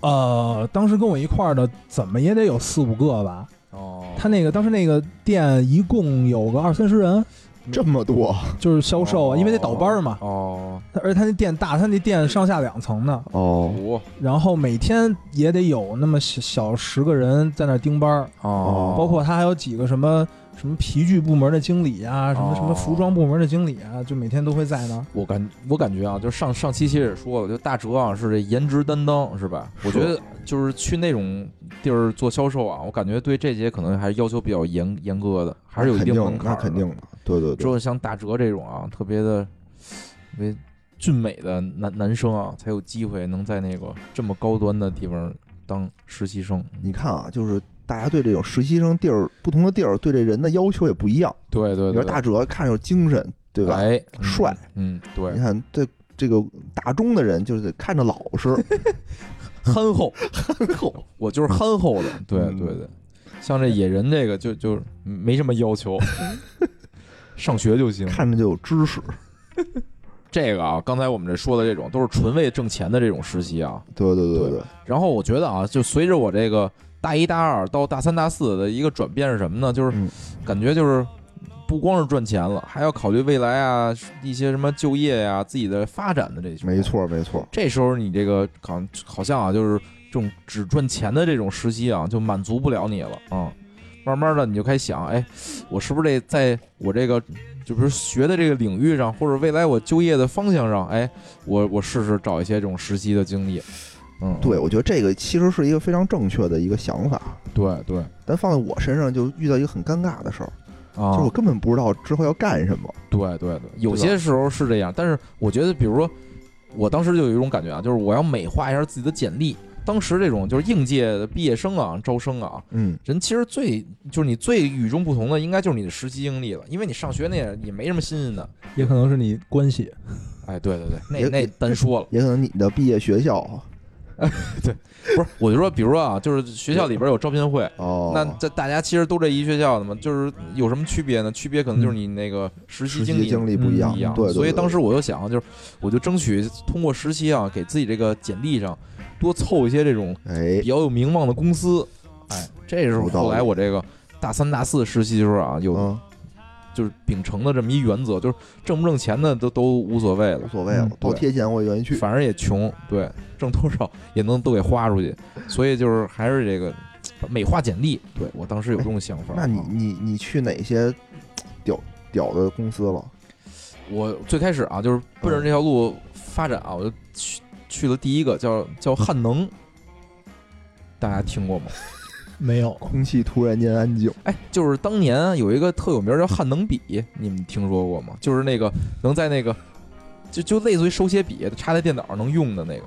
Speaker 3: 呃，当时跟我一块儿的怎么也得有四五个吧，
Speaker 2: 哦，
Speaker 3: 他那个当时那个店一共有个二三十人，
Speaker 1: 这么多
Speaker 3: 就是销售啊，因为得倒班儿嘛。
Speaker 2: 哦，
Speaker 3: 他而且他那店大，他那店上下两层呢，
Speaker 1: 哦
Speaker 2: 五
Speaker 3: 然后每天也得有那么小小十个人在那儿盯班儿，
Speaker 2: 哦，
Speaker 3: 包括他还有几个什么什么皮具部门的经理啊，什
Speaker 2: 哦
Speaker 3: 么什么服装部门的经理啊，就每天都会在那儿。
Speaker 2: 我感我感觉啊，就是上上期其实也说了，就大哲啊是这颜值担当是吧？我
Speaker 1: 是
Speaker 2: 觉得就是去那种地儿做销售啊，我感觉对这些可能还是要求比较严严格的，还是有一
Speaker 1: 肯
Speaker 2: 定
Speaker 1: 定
Speaker 2: 门槛
Speaker 1: 那
Speaker 2: 儿的。
Speaker 1: 肯定的，对对
Speaker 2: 只
Speaker 1: 对，
Speaker 2: 有像大哲这种啊，特别的特别俊美的男男生啊，才有机会能在那个这么高端的地方当实习生。
Speaker 1: 你看啊，就是大家对这种实习生地儿不同的地儿，对这人的要求也不一样。
Speaker 2: 对对
Speaker 1: 你
Speaker 2: 对，
Speaker 1: 说大哲看着有精神，对吧？
Speaker 2: 哎，嗯
Speaker 1: 啊帅，
Speaker 2: 嗯，
Speaker 1: 你
Speaker 2: 对，
Speaker 1: 看这这个大中的人就是得看着老 实，
Speaker 2: 憨厚，
Speaker 1: 厚
Speaker 2: 我就是憨厚的，对
Speaker 1: 嗯
Speaker 2: 对对，像这野人这个就就没什么要 求，上学就行。
Speaker 1: 看着就有知识。
Speaker 2: 这个啊，刚才我们这说的这种都是纯为挣钱的这种实习啊。
Speaker 1: 对对对
Speaker 2: 对
Speaker 1: 对，
Speaker 2: 然后我觉得啊，就随着我这个大一大二到大三大四的一个转变是什么呢？就是
Speaker 1: 嗯
Speaker 2: 感觉就是不光是赚钱了，还要考虑未来啊一些什么就业呀、自己的发展的这些。
Speaker 1: 没。错没错，
Speaker 2: 这时候你这个好像好像啊，就是这种只赚钱的这种实习啊，就满足不了你了啊、慢慢的，你就开始想，哎，我是不是得在我这个就比如学的这个领域上，或者未来我就业的方向上，哎，我我试试找一些这种实习的经历。嗯，
Speaker 1: 对我觉得这个其实是一个非常正确的一个想法。
Speaker 2: 对对
Speaker 1: 但放在我身上就遇到一个很尴尬的事儿，
Speaker 2: 啊，
Speaker 1: 就是我根本不知道之后要干什么。
Speaker 2: 对对对，有些时候是这样，但是我觉得，比如说，我当时就有一种感觉啊，就是我要美化一下自己的简历。当时这种就是应届的毕业生啊，招生啊，
Speaker 1: 嗯，
Speaker 2: 人其实最就是你最与众不同的，应该就是你的实习经历了，因为你上学那也也没什么新鲜的。
Speaker 3: 也可能是你关系，
Speaker 2: 哎，对对对，
Speaker 1: 也
Speaker 2: 那那单说了，
Speaker 1: 也可能你的毕业学校
Speaker 2: 不是，我就说，比如说啊，就是学校里边有招聘会，
Speaker 1: 哦，
Speaker 2: 那这大家其实都这一学校的嘛，就是有什么区别呢？区别可能就是你那个实习
Speaker 1: 实
Speaker 2: 经
Speaker 1: 习
Speaker 2: 历
Speaker 1: 经历不一
Speaker 3: 嗯
Speaker 1: 样，
Speaker 2: 一样。
Speaker 1: 对对
Speaker 2: 所以
Speaker 1: 对
Speaker 2: 当时我就想，就是我就争取通过实习啊，给自己这个简历上多凑一些这种
Speaker 1: 哎
Speaker 2: 比，较有名望的公司。哎，这是
Speaker 1: 有道理
Speaker 2: 后来我这个大三大四实习的时候啊，有
Speaker 1: 嗯，
Speaker 2: 就是秉承的这么一原则，就是挣不挣钱的都都无所谓
Speaker 1: 无
Speaker 2: 了。
Speaker 1: 所谓了
Speaker 3: 嗯，
Speaker 1: 多
Speaker 2: 对
Speaker 1: 贴钱我也愿意去。
Speaker 2: 反正也穷，对，挣多少也能都给花出去，所以就是还是这个美化简历。对我当时有这种想法啊。
Speaker 1: 那你你你去哪些屌屌的公司了？
Speaker 2: 我最开始啊，就是奔着这条路发展啊，我就去去了第一个叫叫汉能，大家听过吗？
Speaker 3: 没有
Speaker 1: 空气突然间安静，
Speaker 2: 哎，就是当年有一个特有名儿叫汉能笔，你们听说过吗？就是那个能在那个就就类似于手写笔插在电脑上能用的那个。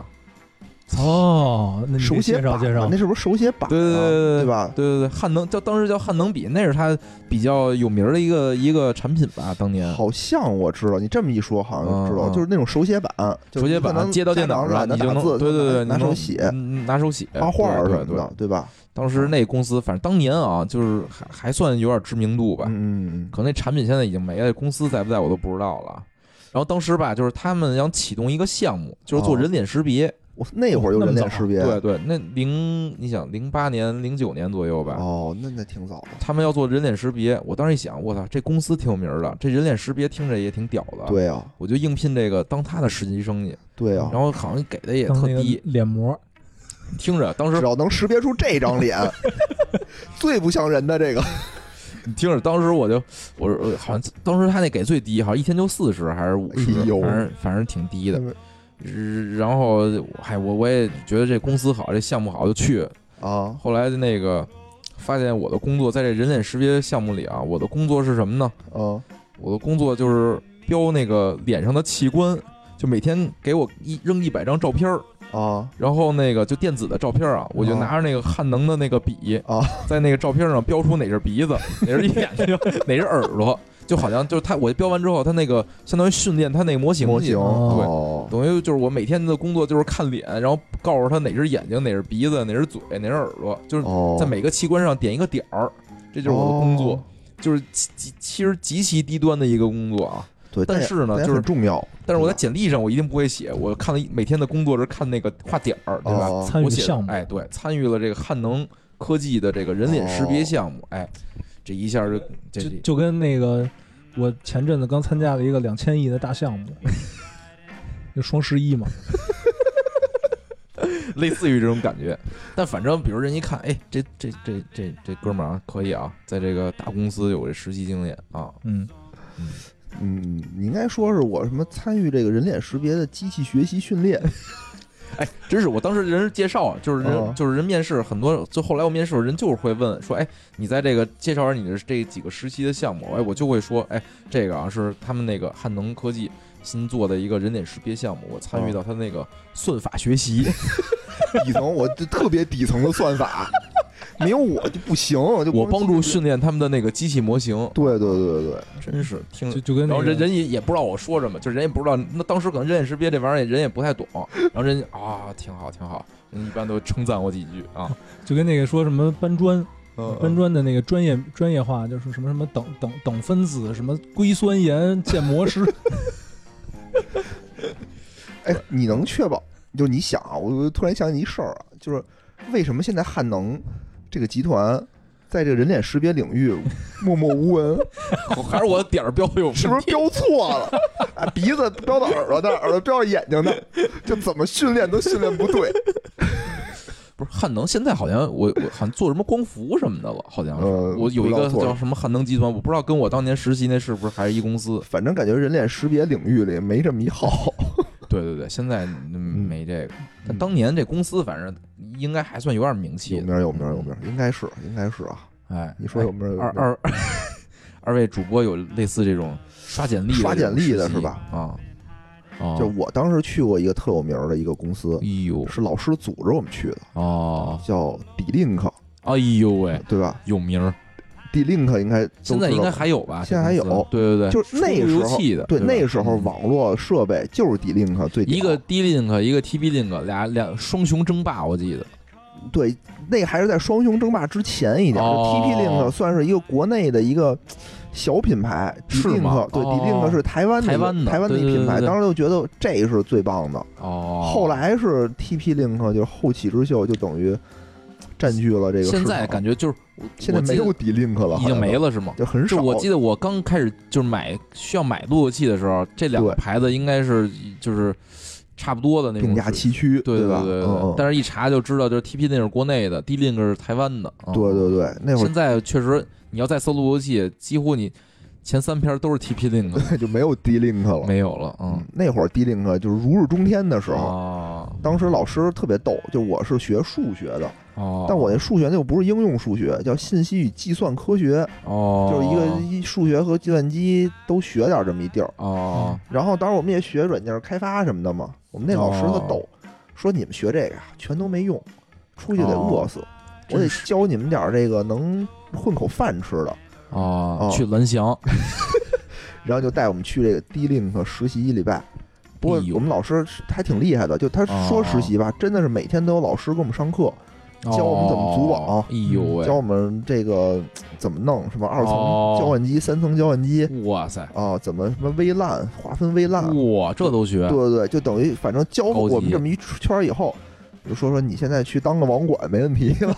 Speaker 3: 哦，那你
Speaker 1: 手
Speaker 3: 给
Speaker 1: 写
Speaker 3: 介绍
Speaker 1: 板
Speaker 3: 介绍
Speaker 1: 那，是不是手写板啊？
Speaker 2: 对对对对
Speaker 1: 对吧？
Speaker 2: 对对对，汉能叫当时叫汉能笔，那是它比较有名儿的一个一个产品吧，当年。
Speaker 1: 好像我知道，你这么一说，好像知道，
Speaker 2: 嗯嗯
Speaker 1: 就是那种手写板，就
Speaker 2: 手
Speaker 1: 是
Speaker 2: 写
Speaker 1: 你可
Speaker 2: 板
Speaker 1: 能
Speaker 2: 接到电脑
Speaker 1: 家
Speaker 2: 上，
Speaker 1: 长
Speaker 2: 你
Speaker 1: 懒得
Speaker 2: 就
Speaker 1: 打
Speaker 2: 能
Speaker 1: 字，
Speaker 2: 对对对，
Speaker 1: 拿
Speaker 2: 你
Speaker 1: 手
Speaker 2: 能
Speaker 1: 写、
Speaker 2: 嗯拿手写
Speaker 1: 画画什
Speaker 2: 对对
Speaker 1: 么
Speaker 2: 对
Speaker 1: 的，对吧？
Speaker 2: 当时那公司，反正当年啊，就是还还算有点知名度吧。
Speaker 1: 嗯嗯
Speaker 2: 可能那产品现在已经没了，公司在不在我都不知道了。然后当时吧，就是他们想启动一个项目，就是做
Speaker 1: 哦
Speaker 2: 人脸识别。
Speaker 1: 嗯，我那会儿就人脸识别，
Speaker 2: 对对，那零你想零八年、零九年左右吧，
Speaker 1: 哦，那那挺早的，
Speaker 2: 他们要做人脸识别。我当时一想，我操，这公司挺有名儿的，这人脸识别听着也挺屌的。，
Speaker 1: 对啊，
Speaker 2: 我就应聘这个当他的实习生去，
Speaker 1: 对啊
Speaker 2: 然，后好像给的也
Speaker 3: 当
Speaker 2: 特
Speaker 3: 那个
Speaker 2: 低，
Speaker 3: 脸膜，
Speaker 2: 听着当时
Speaker 1: 只要能识别出这张 脸，最不像人的这个，
Speaker 2: 你听着，当时我就我我好像当时他那给最低，好像一天就四十还是五十、
Speaker 1: 哎呦
Speaker 2: 反正反正挺低的。然后哎，我我也觉得这公司好，这项目好就去。
Speaker 1: 啊，
Speaker 2: 后来那个发现我的工作在这人脸识别项目里啊，我的工作是什么呢？
Speaker 1: 嗯，
Speaker 2: 我的工作就是标那个脸上的器官，就每天给我一扔一百张照片儿。
Speaker 1: 啊，
Speaker 2: 然后那个就电子的照片啊，我就
Speaker 1: 哦
Speaker 2: 拿着那个汉能的那个笔
Speaker 1: 啊，
Speaker 2: 在那个照片上标出哪是鼻子，哪是 眼睛，哪是耳朵，就好像就是他我标完之后，他那个相当于训练他那个模型
Speaker 1: 模
Speaker 2: 去
Speaker 1: 型，
Speaker 3: 对
Speaker 1: 哦，
Speaker 2: 等于就是我每天的工作就是看脸，然后告诉他哪是眼睛，哪是鼻子，哪是嘴，哪是耳朵，就是
Speaker 1: 哦，
Speaker 2: 在每个器官上点一个点儿，这就是我的工作
Speaker 1: 哦，
Speaker 2: 就是极极其实极其低端的一个工作啊。
Speaker 1: 对，
Speaker 2: 但是呢
Speaker 1: 也
Speaker 2: 就是
Speaker 1: 很重要，
Speaker 2: 但是我在简历上我一定不会写，我看了一每天的工作是看那个画点儿，对吧？
Speaker 1: 哦
Speaker 3: 参与
Speaker 2: 我写哎
Speaker 3: 项目
Speaker 2: 哎，对，参与了这个汉能科技的这个人脸识别项目，哎，这一下就这
Speaker 3: 就就跟那个我前阵子刚参加了一个两千亿的大 项目，就双十一嘛，
Speaker 2: 类似于这种感觉。但反正比如人一看，哎，这这这这这哥们儿啊，可以啊，在这个大公司有这实习经验啊，
Speaker 3: 嗯，
Speaker 1: 嗯，你应该说是我什么参与这个人脸识别的机器学习训练，
Speaker 2: 哎，真是我当时人是介绍啊，就是人、
Speaker 1: 哦
Speaker 2: 就是人面试很多，就后来我面试的时候人就是会问说，哎，你在这个介绍你的这几个实习的项目，哎，我就会说，哎，这个啊是他们那个汉能科技新做的一个人脸识别项目，我参与到他那个算法学习，
Speaker 1: 底层我就特别底层的算法， 没有我就不行，我就
Speaker 2: 我
Speaker 1: 光
Speaker 2: 帮助训嗯练他们的那个机器模型，
Speaker 1: 对对对对对，
Speaker 2: 真是听
Speaker 3: 嗯就。就跟
Speaker 2: 然
Speaker 3: 那
Speaker 2: 后
Speaker 3: 个
Speaker 2: 人人也也不知道我说什么，就人也不知道，那当时可能人脸识别这玩意儿也人也不太懂，然后人家啊挺好挺好，人一般都称赞我几句啊，
Speaker 3: 就跟那个说什么搬砖，
Speaker 2: 嗯
Speaker 3: 搬砖的那个专业专业化，就是什么什么等等等分子，什么硅酸盐建模师，
Speaker 1: 哎，你能确保？就是你想啊，我我突然想起一事儿啊，就是为什么现在汉能这个集团在这个人脸识别领域默默无闻？
Speaker 2: 还是我点儿标有问题
Speaker 1: 是不是标错了？啊，鼻子标到耳朵那儿，耳朵标到眼睛那儿，就怎么训练都训练不对。
Speaker 2: 不是汉能，现在好像我我好像做什么光伏什么的了，好像是、
Speaker 1: 呃
Speaker 2: 我有
Speaker 1: 不
Speaker 2: 一
Speaker 1: 知
Speaker 2: 个
Speaker 1: 道做什
Speaker 2: 叫
Speaker 1: 么
Speaker 2: 什么汉能集团，我不知道跟我当年实习那是不是还是一公司。
Speaker 1: 反正感觉人脸识别领域里没这么一号。
Speaker 2: 对对对，现在嗯没这个，但当年这公司反正应该还算有点名气
Speaker 1: 有
Speaker 2: 的。
Speaker 1: 名儿有名儿有名儿，应该是应该是啊。
Speaker 2: 哎，
Speaker 1: 你说有名儿有名
Speaker 2: 二
Speaker 1: 儿？
Speaker 2: 二 二位主播有类似这种刷简历的
Speaker 1: 刷简历的
Speaker 2: 这种实习
Speaker 1: 是吧？
Speaker 2: 啊哦，
Speaker 1: 就我当时去过一个特有名儿的一个公司，
Speaker 2: 哎呦
Speaker 1: 是老师组织我们去的，
Speaker 2: 哦，
Speaker 1: 叫 D-Link，
Speaker 2: 哎呦喂，
Speaker 1: 对吧
Speaker 2: 有名儿，
Speaker 1: ？D-Link 应该都
Speaker 2: 现在
Speaker 1: 知
Speaker 2: 应
Speaker 1: 道
Speaker 2: 该还有吧？
Speaker 1: 现在还有
Speaker 2: 这公司对对对，
Speaker 1: 就是那
Speaker 2: 出路
Speaker 1: 时
Speaker 2: 由
Speaker 1: 候
Speaker 2: 器的，
Speaker 1: 对，
Speaker 2: 吧
Speaker 1: 那时候
Speaker 2: 嗯
Speaker 1: 网络设备就是 D-Link 最屌
Speaker 2: 一个 D Link，一个 TB Link，俩俩双雄争霸，我记得。
Speaker 1: 对，那还是在双雄争霸之前一点。
Speaker 2: 哦
Speaker 1: TP Link 算是一个国内的一个小品牌
Speaker 2: 是吗
Speaker 1: ，D-Link 对
Speaker 2: 哦
Speaker 1: ，D-Link 是台湾的一
Speaker 2: 台
Speaker 1: 个
Speaker 2: 湾的
Speaker 1: 台湾的一
Speaker 2: 对对对
Speaker 1: 品牌，
Speaker 2: 对对
Speaker 1: 当时就觉得这是最棒的。
Speaker 2: 哦，
Speaker 1: 后来是 TP Link 就是后起之秀，就等于占据了这个市场。
Speaker 2: 现在感觉就是我
Speaker 1: 现在没有 D-Link 了，
Speaker 2: 已经没
Speaker 1: 了，
Speaker 2: 了是吗？
Speaker 1: 就很
Speaker 2: 就
Speaker 1: 少。
Speaker 2: 我记得我刚开始就是买需要买路由器的时候，这两个
Speaker 1: 对
Speaker 2: 牌子应该是就是差不多的那种
Speaker 1: 并驾齐驱，
Speaker 2: 对对
Speaker 1: 吧？
Speaker 2: 对对
Speaker 1: 嗯嗯
Speaker 2: 但是一查就知道，就是 TP 那是国内的，D Link 是台湾的。嗯
Speaker 1: 对对对，那会
Speaker 2: 现在确实你要再搜路由器，几乎你前三篇都是 TP Link，
Speaker 1: 儿 就没有 D-Link 了。
Speaker 2: 没有了。嗯
Speaker 1: 嗯，，那会儿 D-Link 就是啊如日中天的时候。
Speaker 2: 哦
Speaker 1: 当时老师特别逗，就我是学数学的，
Speaker 2: 哦，
Speaker 1: 但我那数学那又不是应用数学，叫信息与计算科学，
Speaker 2: 哦
Speaker 1: 就是一个一数学和计算机都学点儿这么一地儿。
Speaker 2: 哦
Speaker 1: 然后当时我们也学软件开发什么的嘛，我们那老师
Speaker 2: 哦
Speaker 1: 他逗，说你们学这个呀全都没用，出去得
Speaker 2: 哦
Speaker 1: 饿死，我得
Speaker 2: 真是
Speaker 1: 教你们点儿这个能混口饭吃的。
Speaker 2: 哦
Speaker 1: 哦，
Speaker 2: 去蓝翔，
Speaker 1: 然后就带我们去这个 D-Link 实习一礼拜。不过
Speaker 2: 哎呦哦
Speaker 1: 我们老师还挺厉害的，就他说实习吧，真的是每天都有老师给我们上课， 教我们怎么组网
Speaker 2: 哦哎呦喂，
Speaker 1: 教我们这个呃怎么弄什么二层
Speaker 2: 哦
Speaker 1: 交换机、三层交换机，
Speaker 2: 哇塞，
Speaker 1: 啊，怎么什么微烂划分微烂，
Speaker 2: 哇，这都学
Speaker 1: 对对对，就等于反正教
Speaker 2: 高级
Speaker 1: 我们这么一圈儿以后，就说说你现在去当个网管没问题 了。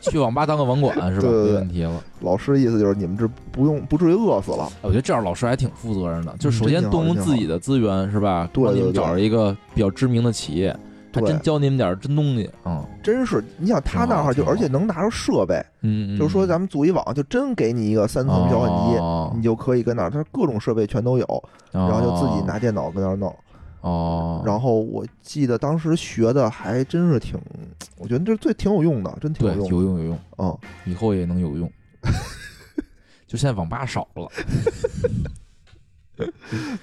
Speaker 2: 去网吧当个网管是吧？
Speaker 1: 对对对
Speaker 2: 没问题了。
Speaker 1: 老师意思就是你们这不用不至于饿死了，
Speaker 2: 我觉得这样老师还挺负责任的，就是首
Speaker 1: 真
Speaker 2: 先
Speaker 1: 嗯挺好
Speaker 2: 动用
Speaker 1: 真
Speaker 2: 自己的资源是吧？
Speaker 1: 对
Speaker 2: 帮你们
Speaker 1: 对对
Speaker 2: 找着一个比较知名的企业，还
Speaker 1: 对
Speaker 2: 真教你们点儿真东西啊。
Speaker 1: 真是你想他那儿
Speaker 2: 哦挺
Speaker 1: 就
Speaker 2: 好
Speaker 1: 而且能拿出设备，
Speaker 2: 嗯，嗯
Speaker 1: 就是说咱们组一网，就真给你一个三层交换机，
Speaker 2: 哦
Speaker 1: 你就可以跟那儿，它各种设备全都有，嗯然后就自己拿电脑跟那儿弄。
Speaker 2: 哦，
Speaker 1: 然后我记得当时学的还真是挺，我觉得这最挺有用的，真挺
Speaker 2: 对
Speaker 1: 有
Speaker 2: 有
Speaker 1: 用的。
Speaker 2: 用有用，
Speaker 1: 嗯，
Speaker 2: 以后也能有用。 就现在网吧少了，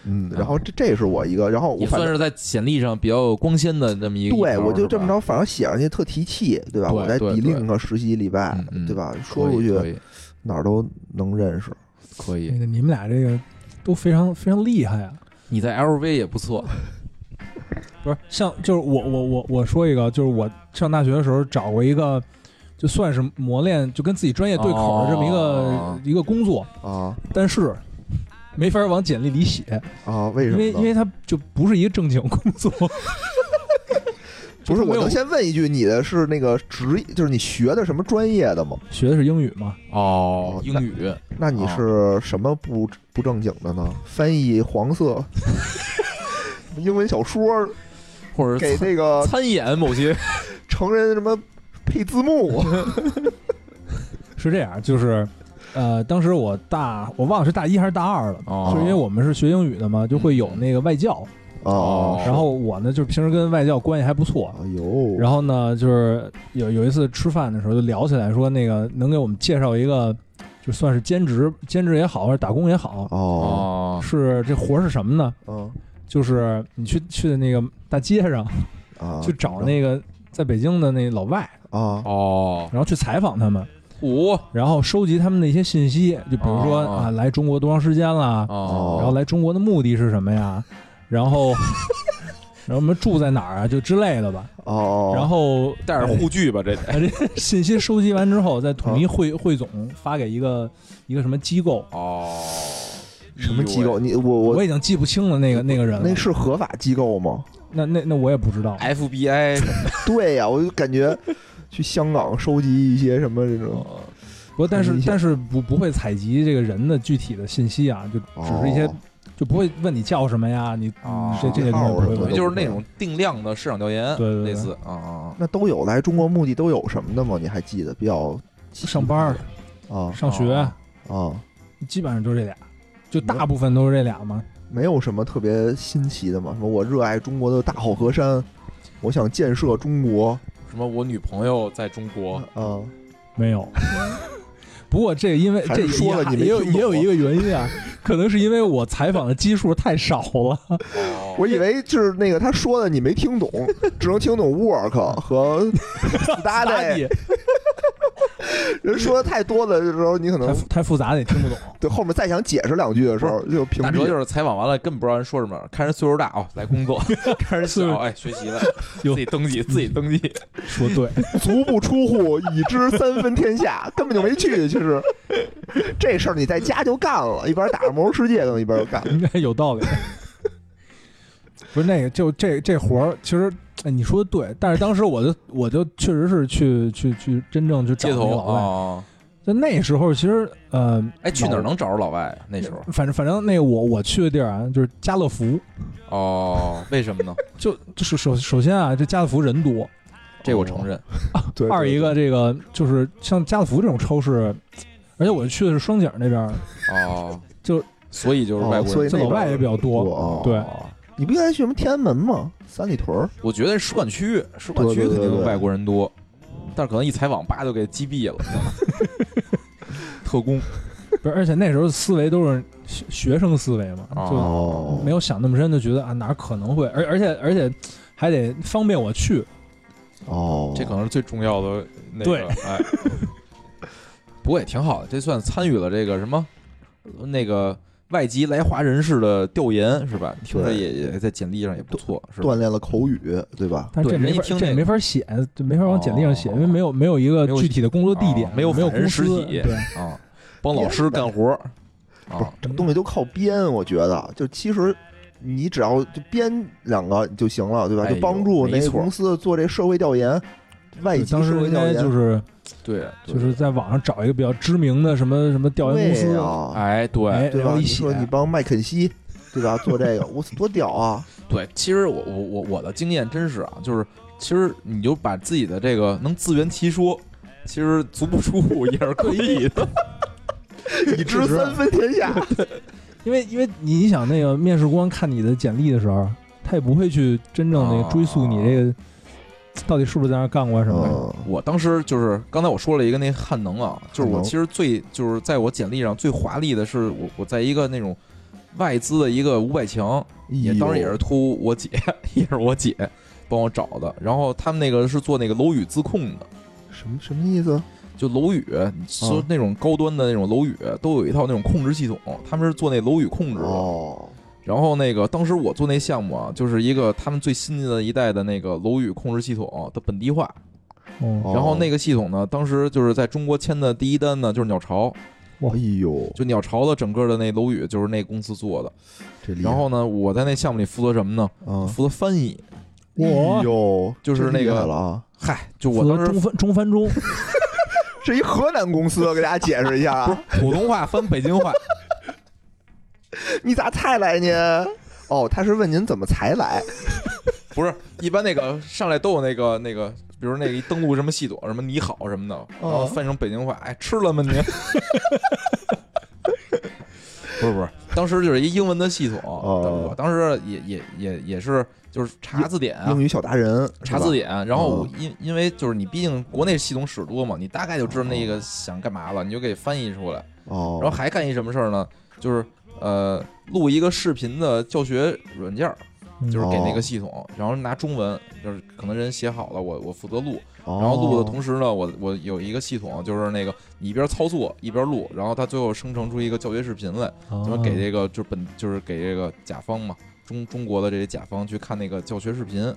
Speaker 1: 嗯，然后这这是我一个，然后我
Speaker 2: 也
Speaker 1: 反正
Speaker 2: 算是在简历上比较有光鲜的这么一个一条。
Speaker 1: 对，我就是这么
Speaker 2: 吧
Speaker 1: 着，反正写上去特提气，对吧？
Speaker 2: 对
Speaker 1: 我在
Speaker 2: 对
Speaker 1: 底
Speaker 2: 对
Speaker 1: 另一个实习礼拜
Speaker 2: 嗯嗯，
Speaker 1: 对吧？说
Speaker 2: 可以
Speaker 1: 出去
Speaker 2: 可以
Speaker 1: 哪儿都能认识。
Speaker 2: 可以
Speaker 3: 那，个你们俩这个都非常非常厉害啊！
Speaker 2: 你在 LV 也不错，
Speaker 3: 不是像就是我我我我说一个，就是我上大学的时候找过一个，就算是磨练，就跟自己专业对口的这么一个、
Speaker 2: 哦
Speaker 3: 一个工作，
Speaker 1: 啊
Speaker 3: 但是没法往简历里写，
Speaker 1: 啊！为什么
Speaker 3: 因为
Speaker 1: 呢？
Speaker 3: 因为它就不是一个正经工作，
Speaker 1: 不是，
Speaker 3: 就他
Speaker 1: 我
Speaker 3: 没有
Speaker 1: 能先问一句，你的是那个职，就是你学的什么专业的吗？
Speaker 3: 学的是英语嘛？
Speaker 2: 哦
Speaker 1: 哦，
Speaker 2: 英
Speaker 1: 那
Speaker 2: 语
Speaker 1: 那
Speaker 2: 啊
Speaker 1: 你是什么不不正经的呢？翻译黄色 英文小说，
Speaker 2: 或者
Speaker 1: 给
Speaker 2: 参
Speaker 1: 那个
Speaker 2: 参演某 些
Speaker 1: 成人什么配字幕？
Speaker 3: 是这样，就是，呃，当时我大我忘了是大一还是大二了，
Speaker 2: 哦
Speaker 3: 就是因为我们是学英语的嘛，就会有
Speaker 1: 嗯
Speaker 3: 那个外教，
Speaker 1: 哦，
Speaker 3: 然后我呢就是平时跟外教关系还不错，
Speaker 1: 哎呦，
Speaker 3: 然后呢就是有有一次吃饭的时候就聊起来说那个能给我们介绍一个，就算是兼职兼职也好或者打工也好，
Speaker 1: 哦，
Speaker 2: 哦
Speaker 3: 是这活儿是什么呢？
Speaker 1: 嗯
Speaker 3: 就是你去去那个大街上
Speaker 1: 啊，
Speaker 3: 去找那个在北京的那老外，
Speaker 1: 啊，
Speaker 2: 哦，
Speaker 3: 然后去采访他们。
Speaker 2: 五
Speaker 3: 然后收集他们的一些信息，就比如说、
Speaker 2: 哦
Speaker 3: 啊，来中国多长时间了，
Speaker 2: 哦
Speaker 3: 然后来中国的目的是什么呀？然后， 然后我们住在哪儿啊？就之类的吧。
Speaker 1: 哦，
Speaker 3: 然后
Speaker 2: 带着护具吧，这 得
Speaker 3: 把这信息收集完之后，再
Speaker 1: 啊
Speaker 3: 统一汇汇总发给一个一个什么机构，
Speaker 2: 哦，
Speaker 1: 什么机构？
Speaker 2: 哎
Speaker 1: 你我
Speaker 3: 我
Speaker 1: 我
Speaker 3: 已经记不清了那个那个人了
Speaker 1: 那是哎合法机构 吗？
Speaker 3: 那那那我也不知道。
Speaker 2: 呦喂？FBI
Speaker 1: 对呀，我就感觉去香港收集一些什么这
Speaker 3: 哦
Speaker 1: 种
Speaker 2: 呃
Speaker 3: 不过但
Speaker 1: 很
Speaker 3: 是
Speaker 1: 明显
Speaker 3: 但是不不会采集这个人的具体的信息啊，就只是一些、
Speaker 1: 哦
Speaker 3: 就不会问你叫什么呀，你、
Speaker 2: 哦
Speaker 3: 这这些东西不
Speaker 1: 号
Speaker 3: 会
Speaker 1: 什么
Speaker 3: 问
Speaker 1: 的。
Speaker 2: 就是那种定量的市场调研，
Speaker 3: 对对
Speaker 2: 类
Speaker 3: 对
Speaker 2: 似啊啊
Speaker 1: 那都有来中国目的都有什么的吗？你还记得比较
Speaker 3: 上班儿、
Speaker 1: 啊
Speaker 3: 上学、
Speaker 2: 哦
Speaker 1: 啊，
Speaker 3: 基本上就这俩，就大部分都是这俩嘛。
Speaker 1: 没有什么特别新奇的吗？什么我热爱中国的大好河山，我想建设中国
Speaker 2: 啊，什么我女朋友在中国，
Speaker 1: 啊，
Speaker 3: 哦没有。 不过这因为
Speaker 1: 还
Speaker 3: 这
Speaker 1: 是说了
Speaker 3: 也
Speaker 1: 你没
Speaker 3: 也有
Speaker 1: 听懂
Speaker 3: 也有一个原因啊，可能是因为我采访的基数太少了。
Speaker 2: 哦
Speaker 1: 我以为就是那个他说的你没听 懂，只能听懂 work 和 study，人说的太多的时候，你可
Speaker 3: 太
Speaker 1: 能
Speaker 3: 复太复杂了，也听 不懂。
Speaker 1: 对后面再想解释两句的时候就屏
Speaker 2: 打折
Speaker 1: 蔽
Speaker 2: 就
Speaker 1: 了。
Speaker 2: 是采访完了，根本不知道人说什么，看人岁数大哦，来工 作；看人小哎，学习了，
Speaker 3: 哟
Speaker 2: 自
Speaker 3: 嗯
Speaker 2: 己登记，自己登记。
Speaker 3: 说对，
Speaker 1: 足不出户，已知三分天下，根本就没去。其实这事儿你在家就干了，一边打着魔兽世界，可能一边就干。
Speaker 3: 应该有道理。不是那个，就这这活儿，其实、哎、你说的对，但是当时我就我就确实是去去去真正去找
Speaker 2: 街
Speaker 3: 那个
Speaker 2: 头
Speaker 3: 老外。
Speaker 2: 啊，
Speaker 3: 就那时候其实呃，
Speaker 2: 哎，去哪儿
Speaker 3: 老
Speaker 2: 能找着老外啊？那时候
Speaker 3: 反正反正那个我我去的地儿啊，就是家乐福。
Speaker 2: 哦，为什么呢？
Speaker 3: 就就是首首先啊，这家乐福人多，
Speaker 2: 这我承认。
Speaker 1: 对，对
Speaker 3: 二一个
Speaker 1: 对
Speaker 3: 这个就是像家乐福这种超市，而且我去的是双井那边儿，
Speaker 2: 哦，
Speaker 3: 就
Speaker 2: 所以就是外
Speaker 1: 哦所以
Speaker 2: 国人
Speaker 3: 这
Speaker 1: 那
Speaker 3: 老
Speaker 1: 边
Speaker 3: 外也比较多。
Speaker 1: 哦
Speaker 3: 对
Speaker 2: 哦
Speaker 1: 你不应该去什么天安门吗？三里屯儿
Speaker 2: 我觉得使馆区，使馆区
Speaker 1: 对对
Speaker 2: 肯
Speaker 1: 对
Speaker 2: 定
Speaker 1: 对
Speaker 2: 外国人多，但是可能一采访，叭就给 击毙了。特工
Speaker 1: 哦
Speaker 3: 不是，而且那时候思维都是学学生思维嘛，
Speaker 2: 哦
Speaker 3: 就
Speaker 1: 哦
Speaker 3: 没有想那么深，就觉得啊哪儿可能会，而而且而且还得方便我去。
Speaker 1: 哦，
Speaker 2: 这可能是最重要的那
Speaker 3: 对
Speaker 2: 个，哎，不过也挺好的，这算参与了这个什么那个外籍来华人士的调研是吧？听着
Speaker 1: 对
Speaker 2: 也也在简历上也不错，是吧
Speaker 1: 锻？炼了口语，对吧？
Speaker 3: 但是这
Speaker 2: 对
Speaker 3: 没法
Speaker 2: 人一听
Speaker 3: 这
Speaker 2: 这个
Speaker 3: 没法写，就没法往简历上写，
Speaker 2: 哦
Speaker 3: 因为没有没有一个
Speaker 2: 没有
Speaker 3: 具体的工作地点
Speaker 2: 哦，没有
Speaker 3: 没有
Speaker 2: 反人
Speaker 3: 公司
Speaker 2: 实体
Speaker 3: 对，
Speaker 2: 啊，帮老师干活儿
Speaker 1: 不是
Speaker 2: 啊，，
Speaker 1: 这东西都靠编，我觉得就其实。你只要就编两个就行了，对吧？
Speaker 2: 哎呦
Speaker 1: 就帮助
Speaker 2: 没
Speaker 1: 那个
Speaker 2: 错
Speaker 1: 公司做这社会调研，外
Speaker 3: 对
Speaker 1: 籍
Speaker 3: 当时
Speaker 1: 社会
Speaker 3: 应
Speaker 1: 调
Speaker 3: 该
Speaker 1: 研，
Speaker 3: 就是
Speaker 2: 对，对
Speaker 3: 就是在网上找一个比较知名的什么什么调研公
Speaker 1: 对
Speaker 3: 司，
Speaker 1: 啊，
Speaker 2: 哎，对
Speaker 3: 哎，
Speaker 1: 对
Speaker 3: 然
Speaker 1: 吧？
Speaker 3: 后一
Speaker 1: 你
Speaker 3: 写
Speaker 1: 说你帮麦肯锡，对吧？做这个，我操，多屌 啊！
Speaker 2: 对，其实我我我我的经验真是啊，就是其实你就把自己的这个能自圆其说，其实足不出户也是可以的。
Speaker 1: 已知三分天下，
Speaker 3: 因为因为你想那个面试官看你的简历的时候，他也不会去真正那个追溯你这
Speaker 1: 哦
Speaker 3: 个、到底是不是在那儿干过什么。
Speaker 1: 嗯，
Speaker 2: 我当时就是刚才我说了一个那汉能啊，就是我
Speaker 1: 汉能
Speaker 2: 其实最就是在我简历上最华丽的是我我在一个那种外资的一个五百强，
Speaker 1: 哎
Speaker 2: 也当然也是托我姐， 也是我姐帮我找的。然后他们那个是做那个楼宇自控的，
Speaker 1: 什么什么意思？
Speaker 2: 就楼宇，你说
Speaker 1: 啊
Speaker 2: 那种高端的那种楼宇都有一套那种控制系统，他们是做那楼宇控制的。
Speaker 1: 哦，
Speaker 2: 然后那个当时我做那项目啊，就是一个他们最新的一代的那个楼宇控制系统的本地化。
Speaker 3: 哦，
Speaker 1: 哦
Speaker 2: 然后那个系统呢，当时就是在中国签的第一单呢，就是鸟巢，
Speaker 1: 哎呦，
Speaker 2: 就鸟巢的整个的那楼宇就是那公司做的。
Speaker 1: 这厉害
Speaker 2: 然后呢，我在那项目里负责什么呢？
Speaker 1: 啊，
Speaker 2: 负责翻译。
Speaker 1: 哎
Speaker 3: 我
Speaker 1: 呦，
Speaker 2: 就是那个
Speaker 1: 这厉害了啊！
Speaker 2: 嗨，就我当时
Speaker 3: 中翻中翻中，
Speaker 1: 是一河南公司，我给大家解释一下
Speaker 2: 不是
Speaker 1: 啊！
Speaker 2: 普通话翻北京话，
Speaker 1: 你咋才来呢？哦，他是问您怎么才来？
Speaker 2: 不是一般那个上来都有那个那个，比如那个一登录什么系统什么你好什么
Speaker 1: 哦
Speaker 2: 的，然后翻成北京话，哎，吃了吗您？ 不是不是，当时就是一英文的系统，
Speaker 1: 哦
Speaker 2: 我当时也也也也是就是查字典啊
Speaker 1: 英，语小达人，
Speaker 2: 查字
Speaker 1: 己
Speaker 2: 典，然后我
Speaker 1: 嗯
Speaker 2: 因因为就是你毕竟国内系统使多嘛，你大概就知道那个想干嘛了，你就给翻译出来。
Speaker 1: 哦，
Speaker 2: 然后还干一什么事儿呢？就是呃，录一个视频的教学软件儿， 就是给
Speaker 1: 哦
Speaker 2: 那个系统，然后拿中文，就是可能人写好了，我我负责录，
Speaker 1: 然
Speaker 2: 然后
Speaker 1: 哦
Speaker 2: 录的同时呢，我我有一个系统，就是那个你一边操作一边录，然后它最后生成出一个教学视频来，
Speaker 3: 哦
Speaker 2: 就是给这个就是本就是给这个甲方嘛。中中国的这些甲方去看那个教学视
Speaker 1: 啊
Speaker 2: 频，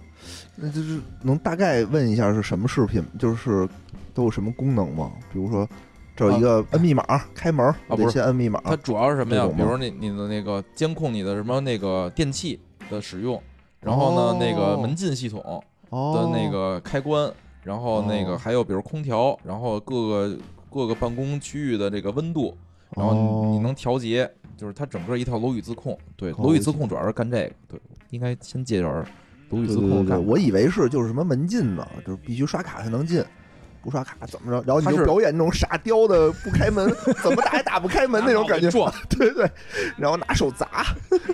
Speaker 1: 那就是能大概问一下是什么视频，就是都有什么功能吗？比如说，这有一个摁密码开门，我
Speaker 2: 啊不
Speaker 1: 得
Speaker 2: 是
Speaker 1: 先摁密码。
Speaker 2: 它主要是什么呀
Speaker 1: 这？种
Speaker 2: 比
Speaker 1: 吗
Speaker 2: 如你你的那个监控你的什么那个电器的使用，然后呢那个
Speaker 1: 哦
Speaker 2: 门禁系统，的
Speaker 1: 哦，
Speaker 2: 那个开关，然后那
Speaker 1: 哦
Speaker 2: 个还有比如空调，然后各个各个办公区域的这个温度，然后
Speaker 1: 哦
Speaker 2: 你你能调节，就是它整个一套楼宇自控。对，楼宇自控主要是干这个，对，应该先介绍楼宇
Speaker 1: 对
Speaker 2: 自
Speaker 1: 对对
Speaker 2: 控
Speaker 1: 对，
Speaker 2: 干。
Speaker 1: 我以为是就是什么门禁呢，就是必须刷卡才能进。不刷卡怎么着？然后你
Speaker 2: 它
Speaker 1: 就是表演那种傻刁的不开门，怎么打也打不开门那种感觉
Speaker 2: 拿脑袋，撞，
Speaker 1: 对对。然后拿手砸，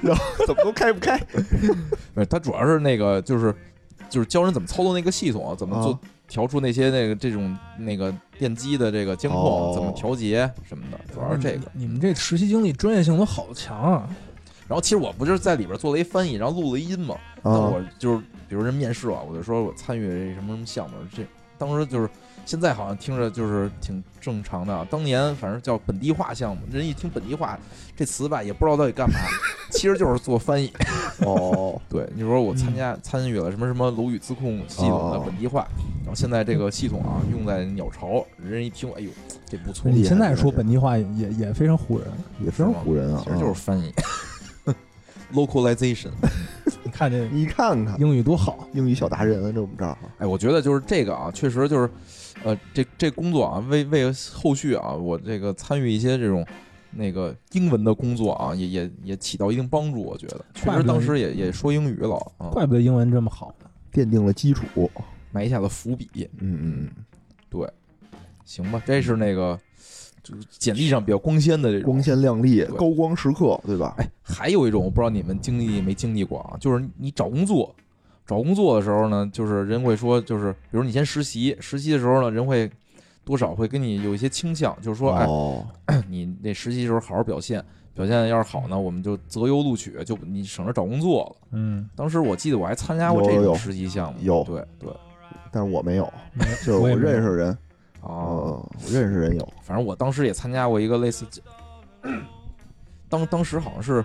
Speaker 1: 然后怎么都开不开。
Speaker 2: 不是它主要是那个就是就是教人怎么操作那个系统，怎么做
Speaker 1: 啊
Speaker 2: 调出那些那个这种那个电机的这个监
Speaker 1: 哦嗯
Speaker 2: 控，怎么调节什么
Speaker 3: 哦
Speaker 2: 的，主要是这个。
Speaker 3: 你们这实习经历专业性都好强啊！
Speaker 2: 然后其实我不就是在里边做了一翻译，然后录了一音嘛，那
Speaker 1: 啊
Speaker 2: 我就是，比如人面试啊，我就说我参与这什么什么项目，这当时就是现在好像听着就是挺正常的啊，当年反正叫本地化项目，人一听本地化这词吧，也不知道到底干嘛，其实就是做翻译。
Speaker 1: 哦，
Speaker 2: 对，你说我参加参与了什么什么楼宇自控系统的
Speaker 1: 嗯哦
Speaker 2: 本地化，然后现在这个系统啊用在鸟巢，人一听，哎呦，这不错，
Speaker 3: 你
Speaker 1: 厉害
Speaker 3: 现在
Speaker 1: 厉害
Speaker 3: 说本地话也也也非常唬人，
Speaker 1: 也非常唬人啊
Speaker 2: 其。实就是翻译 ，localization。
Speaker 3: 你看这
Speaker 1: 嗯你看看
Speaker 3: 英语多好，
Speaker 1: 英语小达人，啊这我们这儿哈
Speaker 2: 哎，我觉得就是这个啊，确实就是，呃，这这工作啊，为为后续啊，我这个参与一些这种那个英文的工作啊，也也也起到一定帮助。我觉得，确
Speaker 3: 怪
Speaker 2: 实
Speaker 3: 不得
Speaker 2: 当
Speaker 3: 你
Speaker 2: 时也也说英语了啊，
Speaker 3: 怪不得英文这么好呢。
Speaker 1: 奠定了基础。
Speaker 2: 埋下了伏笔。
Speaker 1: 嗯嗯嗯，
Speaker 2: 行吧，这是那个就是简历上比较光鲜的这种
Speaker 1: 光。鲜亮丽，
Speaker 2: 对
Speaker 1: 高光时刻，对吧？
Speaker 2: 哎，还有一种我不知道你们经历没经历过啊，就是你找工作，找工作的时候呢，就是人会说，就是比如你先实习，实习的时候呢，人会多少会跟你有一些倾向，就是说，哎，
Speaker 1: 哦，
Speaker 2: 你那实习时候好好表现，表现要是好呢，我们就择优录取，就你省着找工作了。
Speaker 3: 嗯，
Speaker 2: 当时我记得我还参加过
Speaker 1: 有
Speaker 2: 这
Speaker 1: 有有
Speaker 2: 种实习项目，
Speaker 1: 有
Speaker 2: 对对
Speaker 1: 但是我没有，
Speaker 3: 没
Speaker 1: 就是我
Speaker 3: 也没有
Speaker 1: 认识人，
Speaker 2: 啊，
Speaker 1: 哦，我认识人有，
Speaker 2: 反正我当时也参加过一个类似，当当时好像是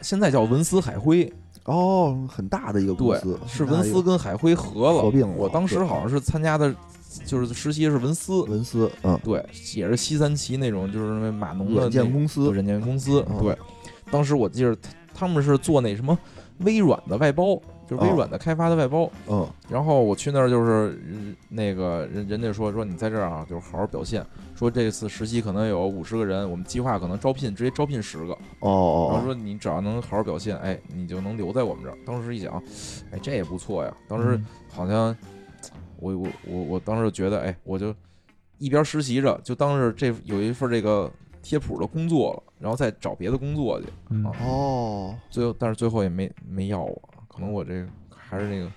Speaker 2: 现在叫文思海辉，
Speaker 1: 哦，很大的一个公
Speaker 2: 对
Speaker 1: 司，，
Speaker 2: 是
Speaker 1: 很大
Speaker 2: 文
Speaker 1: 的一个
Speaker 2: 思跟海辉合了，
Speaker 1: 合并了
Speaker 2: 我当时
Speaker 1: 对
Speaker 2: 好像是参加的，就是实习是文思，
Speaker 1: 文思，嗯，
Speaker 2: 对，也是西三旗那种，就是那码农的
Speaker 1: 软
Speaker 2: 那
Speaker 1: 件
Speaker 2: 种
Speaker 1: 公
Speaker 2: 对
Speaker 1: 司，
Speaker 2: 软件公司
Speaker 1: 哦。
Speaker 2: 对，当时我记得他他们是做那什么微软的外包，就是微
Speaker 1: 哦
Speaker 2: 软的开发的外包。
Speaker 1: 嗯，
Speaker 2: 然后我去那儿就是嗯那个人人家说说你在这儿啊，就是好好表现。说这次实习可能有五十个人，我们计划可能招聘直接招聘十个。
Speaker 1: 哦哦，
Speaker 2: 然后
Speaker 1: 哦
Speaker 2: 说你只要能好好表现，哎，你就能留在我们这儿。当时一想，哎，这也不错呀。当时
Speaker 3: 嗯
Speaker 2: 好像我我我我当时就觉得，哎，我就一边实习着，就当是这有一份这个贴谱的工作了，然后再找别的工作去。
Speaker 3: 嗯
Speaker 2: 啊
Speaker 1: 哦，
Speaker 2: 最后，但是最后也没没要我，可能我这个还是那个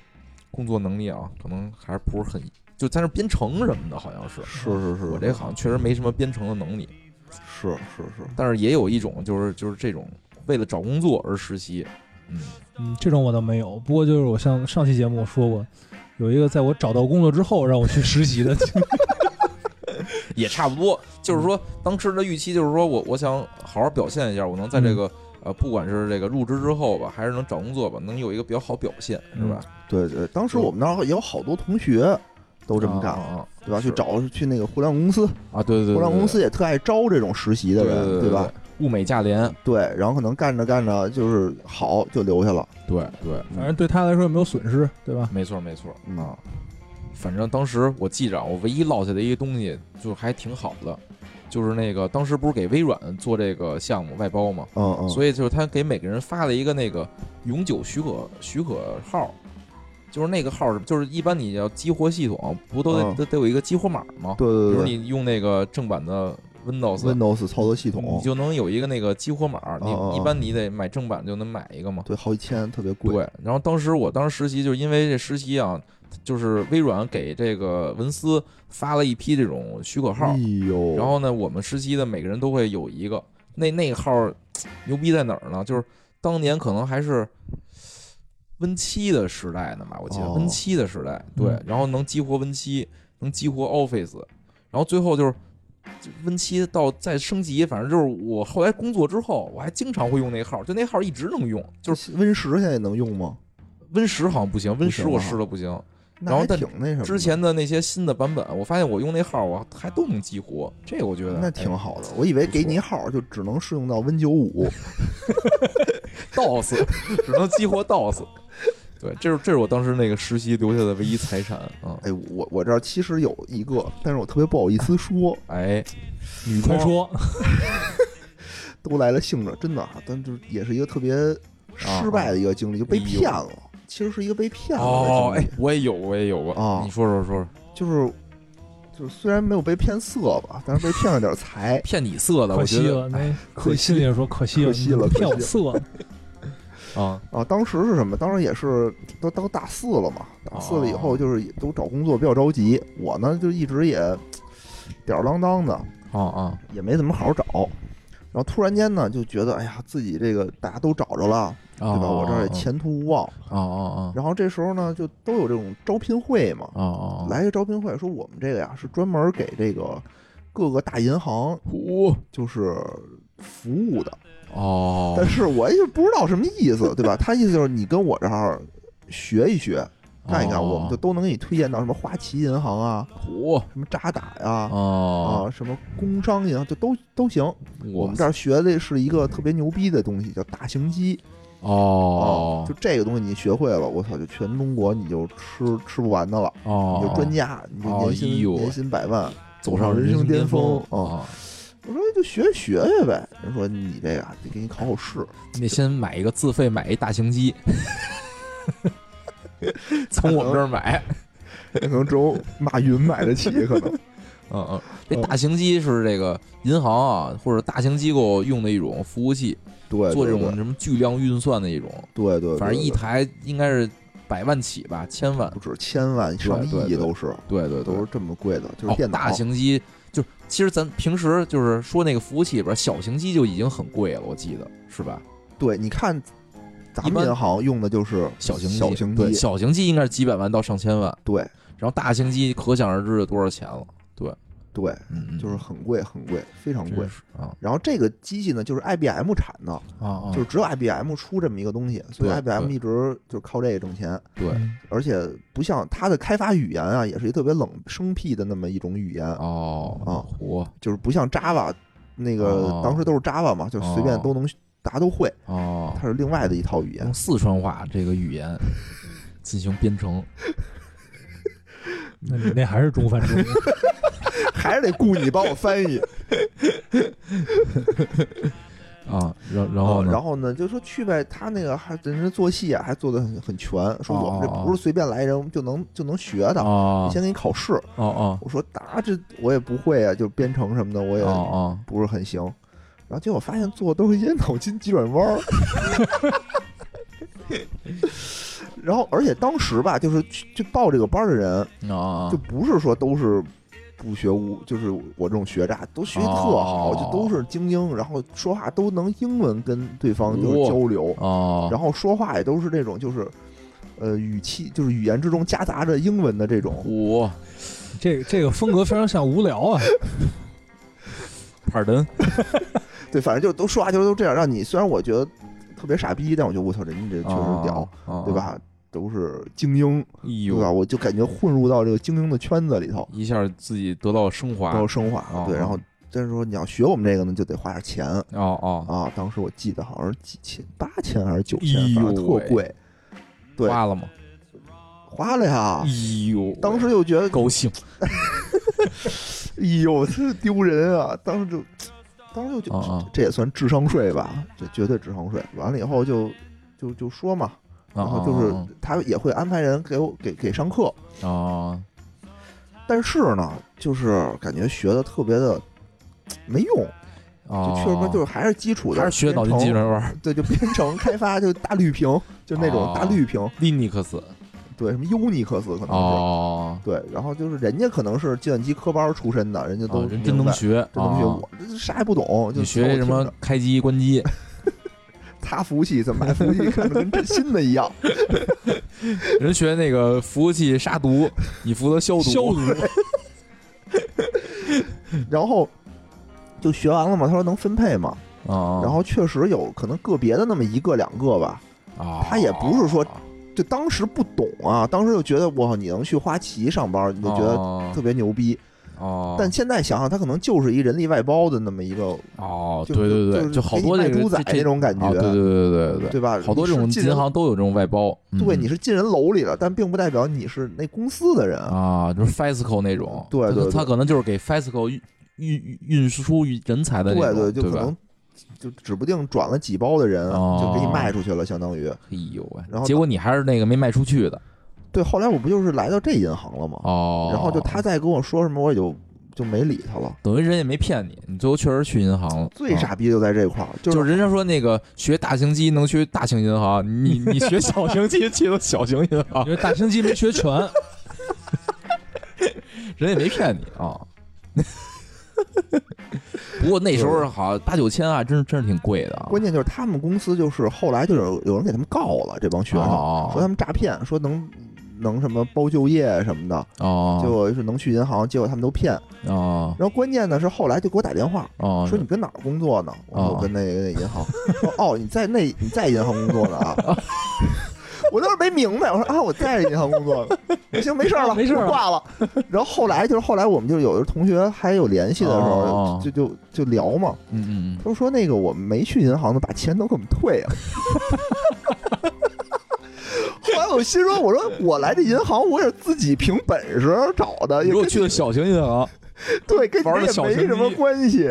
Speaker 2: 工作能力啊，可能还是不是很就在那编程什么的，好像是。
Speaker 1: 是哦是是，
Speaker 2: 我这好像确实没什么编程的能力，
Speaker 1: 是是是，
Speaker 2: 但是也有一种就是就是这种为了找工作而实习，嗯，
Speaker 3: 嗯，这种我倒没有。不过就是我像上期节目我说过，有一个在我找到工作之后让我去实习的经历，
Speaker 2: 也差不多。就是
Speaker 1: 嗯
Speaker 2: 说，当时的预期就是说我我想好好表现一下，我能在
Speaker 1: 嗯
Speaker 2: 这个、呃，不管是这个入职之后吧，还是能找工作吧，能有一个比较好表现，是吧？
Speaker 1: 对对，当时我们那儿也有好多同学都
Speaker 2: 都
Speaker 1: 这么干了，
Speaker 2: 啊，
Speaker 1: 对吧？
Speaker 2: 是
Speaker 1: 去找去那个互联网公司，
Speaker 2: 啊，对对对，
Speaker 1: 互联网公
Speaker 2: 对
Speaker 1: 司也特爱招这种实习的
Speaker 2: 对
Speaker 1: 人，
Speaker 2: 对
Speaker 1: 吧？？
Speaker 2: 物美价廉。
Speaker 1: 对，然后可能干着干着就是好就留下了，
Speaker 2: 对对，
Speaker 3: 反正对他来说也没有损失，对吧？
Speaker 2: 没错没错。
Speaker 1: 嗯
Speaker 2: 啊，反正当时我记着啊，我唯一落下的一个东西就还挺好的，就是那个当时不是给微软做这个项目外包嘛，
Speaker 1: 嗯嗯，
Speaker 2: 所以就是他给每个人发了一个那个永久许可许可号，就是那个号是就是一般你要激活系统不都得
Speaker 1: 嗯
Speaker 2: 得得有一个激活码吗？
Speaker 1: 对对
Speaker 2: 比如
Speaker 1: 对对
Speaker 2: 你用那个正版的 Windows。
Speaker 1: ，Windows 操作系
Speaker 2: 你
Speaker 1: 统，
Speaker 2: 就能有一个那个激活码，你
Speaker 1: 嗯嗯
Speaker 2: 一般你得买正版就能买一个嘛。
Speaker 1: 对，好几千，特别贵，
Speaker 2: 对，然后当时我当时实习，就是因为这实习啊，就是微软给这个文思发了一批这种许可号
Speaker 1: 哎，呦，
Speaker 2: 然后呢，我们实习的每个人都会有一个。那那个号儿牛逼在哪儿呢？就是当年可能还是 Win 七的时代呢吧，我记得
Speaker 1: 哦
Speaker 2: Win 七的时代，对
Speaker 3: 嗯，
Speaker 2: 然后能激活 Win 七，能激活 Office，然后最后就是。Win 七到再升级，反正就是我后来工作之后，我还经常会用那号儿，就那号儿一直能用，就是。
Speaker 1: 是 Win 十现在也能用吗？
Speaker 2: Win 十好像不行，Win 十
Speaker 1: 不行
Speaker 2: 我
Speaker 1: 啊
Speaker 2: 试了不行。
Speaker 1: 那
Speaker 2: 然后
Speaker 1: 还
Speaker 2: 但
Speaker 1: 挺那什么的，
Speaker 2: 之前的那些新的版本，我发现我用那号，我还都能激活，这我觉得哎
Speaker 1: 那挺好的，我以为给你号就只能适用到 Win 九五，
Speaker 2: DOS，只能激活 DOS。对，这是这是我当时那个实习留下的唯一财产啊！
Speaker 1: 哎，我我这儿其实有一个，但是我特别不好意思说，
Speaker 2: 哎，女
Speaker 3: 快
Speaker 2: 装
Speaker 3: 说，
Speaker 1: 都来了兴着，真的啊，但就是也是一个特别
Speaker 2: 啊
Speaker 1: 失败的一个经历，就被骗了，其实是一个被骗了
Speaker 2: 哎哦，
Speaker 1: 的
Speaker 2: 哎
Speaker 1: 经历，，
Speaker 2: 我也有，我也有过。
Speaker 1: 哦
Speaker 2: 你说说说说，，
Speaker 1: 就是就是虽然没有被骗色吧，但是被骗了点财
Speaker 2: 骗你色的，
Speaker 3: 可
Speaker 2: 哦我觉
Speaker 3: 惜
Speaker 2: 得
Speaker 3: 了，那
Speaker 1: 可惜
Speaker 3: 心里说可惜了，
Speaker 1: 可惜了
Speaker 3: 你
Speaker 1: 可惜
Speaker 3: 骗
Speaker 1: 了
Speaker 3: 我色，
Speaker 2: 啊，
Speaker 1: 啊，当时是什么？当时也是都都大四了嘛，大四了以后
Speaker 2: 哦
Speaker 1: 就是也都找工作比较着急，我呢就一直也吊儿郎当的，
Speaker 2: 啊啊，
Speaker 1: 也没怎么好好找。然后突然间呢，就觉得哎呀，自己这个大家都找着了，
Speaker 2: 对
Speaker 1: 对吧？我这
Speaker 2: 哦
Speaker 1: 儿也前途无望。
Speaker 2: 啊啊啊
Speaker 1: 然后这时候呢，就都有这种招聘会嘛，
Speaker 2: 啊啊！，
Speaker 1: 来一个招聘会，说我们这个呀是专门给这个各个大银行
Speaker 2: 呼
Speaker 1: 就是服务的，
Speaker 2: 哦，
Speaker 1: 但是我也不知道什么意思，对吧？他意思就是你跟我这儿学一学，干一干，
Speaker 2: 哦
Speaker 1: 我们就都能给你推荐到什么花旗银行啊，
Speaker 2: 呼
Speaker 1: 什么渣打呀，
Speaker 2: 哦，
Speaker 1: 啊，什么工商银行，就都都行。我
Speaker 2: 我
Speaker 1: 们这儿学的是一个特别牛逼的东西，叫大型机啊
Speaker 2: 哦
Speaker 1: 就这个东西你学会了，我操，就全中国你就吃吃不完的了，
Speaker 2: 哦，
Speaker 1: 你就专家，你就年
Speaker 2: 哎
Speaker 1: 薪
Speaker 2: 呦喂
Speaker 1: 年薪百万。
Speaker 2: 走上人生巅峰哦
Speaker 1: 啊！！我说就学学学呗。人说你这个啊得给你考考试，
Speaker 2: 你得先买一个自费买一大型机，从我们这儿买。
Speaker 1: 那可能只有马云买得起，可能。
Speaker 2: 嗯嗯，这大型机是这个银行啊或者大型机构用的一种服务器，
Speaker 1: 对，
Speaker 2: 做这
Speaker 1: 对
Speaker 2: 种什么巨量运算的一种，
Speaker 1: 对对对，
Speaker 2: 反正一
Speaker 1: 对
Speaker 2: 台应该是百万起吧，千万
Speaker 1: 不。止千万上
Speaker 2: 对对
Speaker 1: 亿
Speaker 2: 对
Speaker 1: 都是，
Speaker 2: 对对对
Speaker 1: 都，是这么贵的，就是
Speaker 2: 哦
Speaker 1: 电脑
Speaker 2: 大型机就其实咱平时就是说那个服务器里边小型机就已经很贵了，我记得是吧？
Speaker 1: 对，你看咱
Speaker 2: 一
Speaker 1: 们
Speaker 2: 般
Speaker 1: 银行用的就是
Speaker 2: 小型机
Speaker 1: 小型
Speaker 2: 对
Speaker 1: 机，
Speaker 2: 小型机应该是几百万到上千万，
Speaker 1: 对
Speaker 2: 然后大型机可想而知多少钱了。
Speaker 1: 对，
Speaker 2: 嗯，嗯
Speaker 1: 就是很贵很贵，非常
Speaker 2: 真
Speaker 1: 贵。
Speaker 2: 是啊
Speaker 1: 然后这个机器呢，就是 IBM 产的，
Speaker 2: 啊啊！
Speaker 1: 就是只有 IBM 出这么一个东西，所以
Speaker 2: 对
Speaker 1: IBM
Speaker 2: 对
Speaker 1: 一直就靠这个挣钱。
Speaker 2: 对
Speaker 3: 嗯
Speaker 1: 而且不像它的开发语言啊，也是一特别冷生僻的那么一种语言，
Speaker 2: 哦
Speaker 1: 啊
Speaker 2: 我
Speaker 1: 就是不像 Java，那个
Speaker 2: 哦
Speaker 1: 当时都是 Java 嘛，就随便
Speaker 2: 哦
Speaker 1: 都能大家都会，
Speaker 2: 哦，
Speaker 1: 它是另外的一套语言
Speaker 2: 用。四川话这个语言
Speaker 1: 嗯
Speaker 2: 进行编程，
Speaker 3: 那你那还是中翻中，
Speaker 1: 还是得雇你帮我翻译。
Speaker 2: 啊，然然后
Speaker 1: 嗯
Speaker 2: 呢？
Speaker 1: 然后呢，就说去呗，他那个还人家做戏啊，还做的很很全，说我们这
Speaker 2: 哦
Speaker 1: 不是随便来人就能就能学的，
Speaker 2: 哦
Speaker 1: 先给你考试。
Speaker 2: 哦哦
Speaker 1: 我说那这我也不会啊，就编程什么的我
Speaker 2: 哦
Speaker 1: 也
Speaker 2: 哦，
Speaker 1: 不是很行。然后结果发现做的都是一些脑筋急转弯儿。 然后，而且当时吧，就是去去报这个班儿的人，
Speaker 2: 哦哦
Speaker 1: 就不是说都是不学无，就是我这种学渣都学习特好，
Speaker 2: 哦
Speaker 1: 就都是精英，然后说话都能英文跟对方就是
Speaker 2: 哇
Speaker 1: 交流，
Speaker 2: 哦，
Speaker 1: 然后说话也都是这种就是，呃，语气就是语言之中夹杂着英文的这种，
Speaker 2: 五
Speaker 3: 这这个风格非常像无聊 啊，
Speaker 2: 帕尔登
Speaker 1: 对，反正就都说话就都这样，让你虽然我觉得特别傻逼，但我觉得我操，人家这确实屌，，
Speaker 2: 哦
Speaker 1: 对？吧？都是精英，
Speaker 2: 哎
Speaker 1: 对
Speaker 2: 呦
Speaker 1: 吧？，我就感觉混入到这个精英的圈子里头，
Speaker 2: 一下自己得到升华
Speaker 1: 然后升华，
Speaker 2: 哦
Speaker 1: 对，然后但是说你要学我们这个呢，就得花点钱
Speaker 2: 哦哦，
Speaker 1: 啊。当时我记得好像是几千、八千还是九
Speaker 2: 哎
Speaker 1: 千，
Speaker 2: 呦
Speaker 1: 反正特
Speaker 2: 喂
Speaker 1: 贵，对
Speaker 2: 花了吗？
Speaker 1: 花了呀
Speaker 2: 哎。呦，
Speaker 1: 当时就觉得，
Speaker 2: 高兴
Speaker 1: 哎呦，这丢人啊！当时就，当时就觉
Speaker 2: 啊
Speaker 1: 得
Speaker 2: 啊
Speaker 1: 这也算智商税吧，这绝对智商税。完了以后就就就说嘛，
Speaker 2: 啊
Speaker 1: 然后
Speaker 2: 啊
Speaker 1: 就是他也会安排人给我给给上课，
Speaker 2: 啊啊
Speaker 1: 但是呢，就是感觉学的特别的没用，
Speaker 2: 啊，
Speaker 1: 就确实就是还是基础的，
Speaker 2: 还是学脑筋急转弯
Speaker 1: 对，就编程开发，就大绿屏，就那种
Speaker 2: 啊
Speaker 1: 大绿屏，
Speaker 2: ，Linux
Speaker 1: 对，什么 Unix 可能是，
Speaker 2: 哦，
Speaker 1: 对，然后就是人家可能是计算机科班出身的，人家
Speaker 2: 啊
Speaker 1: 都
Speaker 2: 人真
Speaker 1: 明
Speaker 2: 能
Speaker 1: 白，
Speaker 2: 学，
Speaker 1: 真能学，
Speaker 2: 啊
Speaker 1: 我这啥也不懂，就
Speaker 2: 你学什么开机关机，
Speaker 1: 擦服务器，怎么买服务器，看着跟真新的一 样，
Speaker 2: 人学那个服务器杀毒，你负责消毒。
Speaker 3: 消毒啊
Speaker 1: 然后。就学完了嘛，他说能分配嘛，
Speaker 2: 啊，
Speaker 1: 然后确实有可能个别的那么一个两个吧，
Speaker 2: 啊，
Speaker 1: 他也不是说就当时不懂啊，当时就觉得哇，你能去花旗上班，你就觉得
Speaker 2: 得
Speaker 1: 特别牛逼。
Speaker 2: 哦，
Speaker 1: 但现在想想，他可能就是一人力外包的那么一个，
Speaker 2: 哦，
Speaker 1: 就
Speaker 2: 对对
Speaker 1: 就
Speaker 2: 对，
Speaker 1: 是
Speaker 2: 就好
Speaker 1: 给你
Speaker 2: 多
Speaker 1: 卖
Speaker 2: 这个
Speaker 1: 猪仔
Speaker 2: 这这
Speaker 1: 那种感觉，
Speaker 2: 啊，对对对对对对
Speaker 1: 对吧？
Speaker 2: 好多这种
Speaker 1: 你是进
Speaker 2: 银行都有这种外包，
Speaker 1: 人对，
Speaker 2: 嗯
Speaker 1: 你是进人楼里了，但并不代表你是那公司的人。
Speaker 2: 啊，就是 FESCO 那种，
Speaker 1: 对对对
Speaker 2: 他可能就是给 FESCO 运运运输人才的
Speaker 1: 对
Speaker 2: 啊
Speaker 1: 对，
Speaker 2: 那种，
Speaker 1: 就
Speaker 2: 对
Speaker 1: 可
Speaker 2: 吧？
Speaker 1: 能就指不定转了几包的人，
Speaker 2: 哦
Speaker 1: 就给你卖出去了，相当于。
Speaker 2: 哎呦喂
Speaker 1: 然，后
Speaker 2: 结果你还是那个没卖出去的
Speaker 1: 对，后来我不就是来到这银行了吗？
Speaker 2: 哦，
Speaker 1: 然后就他再跟我说什么，我也就就没理他了。
Speaker 2: 等于人也没骗你，你最后确实去银行了，
Speaker 1: 最
Speaker 2: 啊
Speaker 1: 傻逼就在这块儿，就
Speaker 2: 就是是人家说那个学大型机能去大型银行，你你学小型机 去了小型银行
Speaker 3: 因，为大型机没学 全，
Speaker 2: 人也没骗你啊。 不过那时候好像八九千啊，真是真是挺贵的啊。
Speaker 1: 关键就是他们公司就是后来就有有人给他们告了，这帮学生、
Speaker 2: 哦
Speaker 1: 说他们诈骗，说能能什么包就业什么的，
Speaker 2: 哦，
Speaker 1: 结果是能去银行，结果他们都骗。
Speaker 2: 哦
Speaker 1: 然后关键呢是后来就给我打电话。
Speaker 2: 哦，
Speaker 1: 说你跟哪儿工作呢？我说
Speaker 2: 哦
Speaker 1: 我跟那个那银行。说哦，你在那你在银行工作呢啊？ 我当时没明白，我说啊我在银行工作呢。我行，没事儿了，
Speaker 3: 没事儿了
Speaker 1: 我挂了。然后后来就是后来我们就有的同学还有联系的时候，
Speaker 2: 哦
Speaker 1: 就就就聊嘛。
Speaker 2: 嗯嗯
Speaker 1: 他说那个我们没去银行的，把钱都给我们退了。 后来我心说，我说我来这银行，我也是自己凭本事找的，
Speaker 2: 嗯，
Speaker 1: 呃也
Speaker 2: 如果
Speaker 1: 跟
Speaker 2: 去的小型银行，
Speaker 1: 对跟你
Speaker 2: 玩儿的
Speaker 1: 也
Speaker 2: 小
Speaker 1: 没
Speaker 2: 拳
Speaker 1: 什么
Speaker 2: 击
Speaker 1: 关系。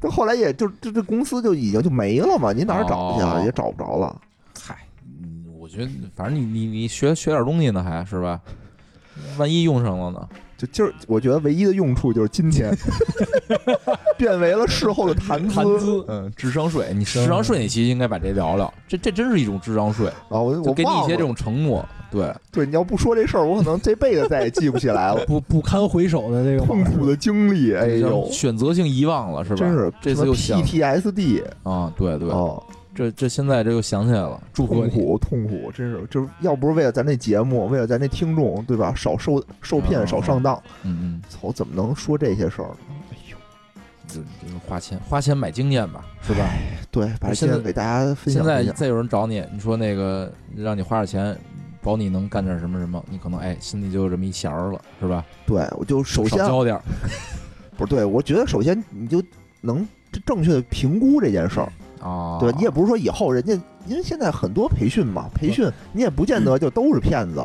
Speaker 1: 但后来也就这这公司就已经就没了嘛，你哪儿找去啊？
Speaker 2: 哦
Speaker 1: 也找不着了。
Speaker 2: 嗨，嗯我觉得反正你你你学学点东西呢，还是吧？万一用上了呢？
Speaker 1: 就今儿，我觉得唯一的用处就是金 钱，变为了事后的谈
Speaker 3: 谈
Speaker 1: 资
Speaker 3: 资
Speaker 2: 嗯，智商税，你
Speaker 3: 行。
Speaker 1: 嗯
Speaker 2: 智商税，你其实应该把这聊聊，这这真是一种智商税，
Speaker 1: 啊！我
Speaker 2: 就
Speaker 1: 我
Speaker 2: 给你一
Speaker 1: 忘
Speaker 2: 些
Speaker 1: 了
Speaker 2: 这，种承诺，对，
Speaker 1: 对，你要不说这事儿，我可能这辈子再也记不起来了
Speaker 3: 不不堪回首的这个
Speaker 1: 痛苦的经历，哎呦
Speaker 2: 像，选择性遗忘了是吧？
Speaker 1: 真是
Speaker 2: 这次又
Speaker 1: 什
Speaker 2: 想
Speaker 1: 么 PTSD
Speaker 2: 啊，对对，
Speaker 1: 哦，
Speaker 2: 这这现在这又想起来了，祝贺
Speaker 1: 痛
Speaker 2: 你
Speaker 1: 苦痛苦，真是就是要不是为了咱这节目，为了咱这听众，对吧？少受受骗，
Speaker 2: 嗯
Speaker 1: 少上当，
Speaker 2: 嗯嗯，
Speaker 1: 操，怎么能说这些事儿呢？哎呦，
Speaker 2: 就就是花钱花钱买经验吧，是吧？
Speaker 1: 对，把这
Speaker 2: 哎现在
Speaker 1: 些给大家哎分
Speaker 2: 现
Speaker 1: 享
Speaker 2: 在
Speaker 1: 分享。
Speaker 2: 再有人找你，你说那个让你花点钱，保你能干点什么什么，你可能哎心里就有这么一弦儿了，是吧？
Speaker 1: 对，我就首
Speaker 2: 少
Speaker 1: 先
Speaker 2: 交点儿，
Speaker 1: 不是对，我觉得首先你就能正确的评估这件事儿，
Speaker 2: 啊，
Speaker 1: 对吧？你也不是说以后人家，因为现在很多培训嘛，培训你也不见得就都是骗 子。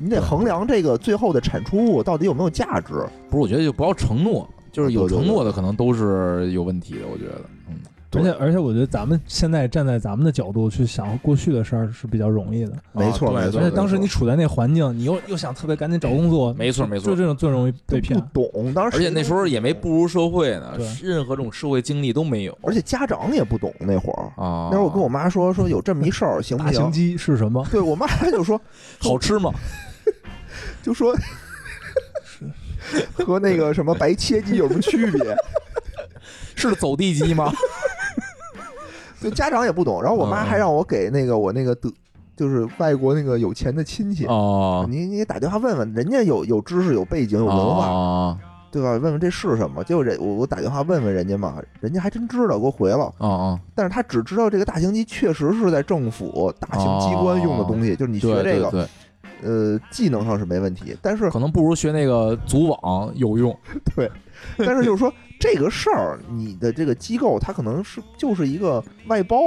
Speaker 1: 你得
Speaker 2: 对啊
Speaker 1: 衡量这个最后的产出物到底有没有价值，
Speaker 2: 不是，我觉得就不要承诺，就是有
Speaker 1: 啊对对
Speaker 2: 承诺的可能都是有问题的，我觉得，嗯，
Speaker 3: 而且而且，我觉得咱们现在站在咱们的角度去想过去的事儿是比较容易的，
Speaker 1: 没错
Speaker 2: 对
Speaker 1: 没错。
Speaker 2: 对
Speaker 3: 而
Speaker 1: 没
Speaker 3: 且当时
Speaker 1: 错
Speaker 3: 你处在那环境，你又又想特别赶紧找工作，
Speaker 2: 没错没错
Speaker 3: 就这种最容易被骗
Speaker 1: 就。不懂，当时
Speaker 2: 而且那时候也没步入社会呢
Speaker 3: 对，
Speaker 2: 任何这种社会经历都没有
Speaker 1: 而且家长也不懂那会儿。
Speaker 2: 啊。
Speaker 1: 那会儿我跟我妈说说有这么一事儿，行不
Speaker 3: 大型
Speaker 1: 行？
Speaker 3: 机是什么？
Speaker 1: 对我妈就说
Speaker 2: 好吃吗？
Speaker 1: 就说和那个什么白切鸡有什么区 别？
Speaker 2: 是走地鸡吗？
Speaker 1: 就家长也不懂。然后我妈
Speaker 2: 嗯嗯
Speaker 1: 还让我给那个我那个德就是外国那个有钱的亲戚，
Speaker 2: 哦，
Speaker 1: 你你打电话问问，人家有有知识有背景有文化，
Speaker 2: 哦
Speaker 1: 对吧？问问这是什么？结果人我我打电话问问人家嘛，人家还真知道，给我回了。
Speaker 2: 哦哦，
Speaker 1: 但是他只知道这个大型机确实是在政府大型机关用的东西，就是你
Speaker 2: 你
Speaker 1: 学这个
Speaker 2: 哦对，
Speaker 1: 呃，技能上是没问题，但是
Speaker 2: 可能不如学那个组网有用。
Speaker 1: 但是就是说这个事儿，你的这个机构它可能是就是一个外包，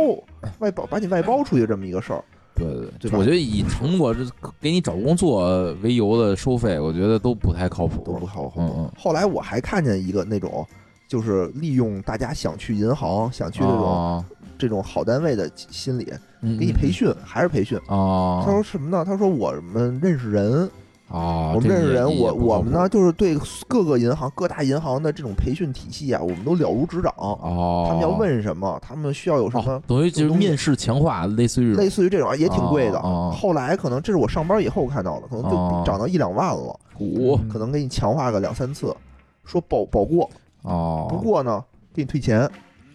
Speaker 1: 外包把你外包出去这么一个事儿，
Speaker 2: 对对
Speaker 1: 对
Speaker 2: 对，
Speaker 1: 吧
Speaker 2: 我觉得以成果这给你找工作为由的收费，我觉得都不太靠谱，
Speaker 1: 都不靠谱。
Speaker 2: 嗯嗯，
Speaker 1: 后来我还看见一个那种，就是利用大家想去银行、想去这种、
Speaker 2: 啊
Speaker 1: 这种好单位的心理，
Speaker 2: 嗯
Speaker 1: 给你培训，还是培训。
Speaker 2: 啊
Speaker 1: 他说什么呢？他说我们认识人，
Speaker 2: 啊，
Speaker 1: 我们
Speaker 2: 这
Speaker 1: 认识
Speaker 2: 也
Speaker 1: 人，
Speaker 2: 也
Speaker 1: 我
Speaker 2: 不靠
Speaker 1: 我们呢
Speaker 2: 谱
Speaker 1: 就是对各个银行、各大银行的这种培训体系啊，我们都了如指掌。
Speaker 2: 哦，
Speaker 1: 他们要问什么，他们需要有什么
Speaker 2: 哦，等于就
Speaker 1: 这
Speaker 2: 是
Speaker 1: 种东西
Speaker 2: 面试强化，类似于
Speaker 1: 类似于这种啊也挺贵的。
Speaker 2: 嗯哦哦
Speaker 1: 后来可能这是我上班以后看到的，可能就
Speaker 2: 哦嗯
Speaker 1: 涨到一两万了，
Speaker 2: 股
Speaker 1: 可能给你强化个两三次，说保保过，
Speaker 2: 哦，
Speaker 1: 不过呢给你退钱。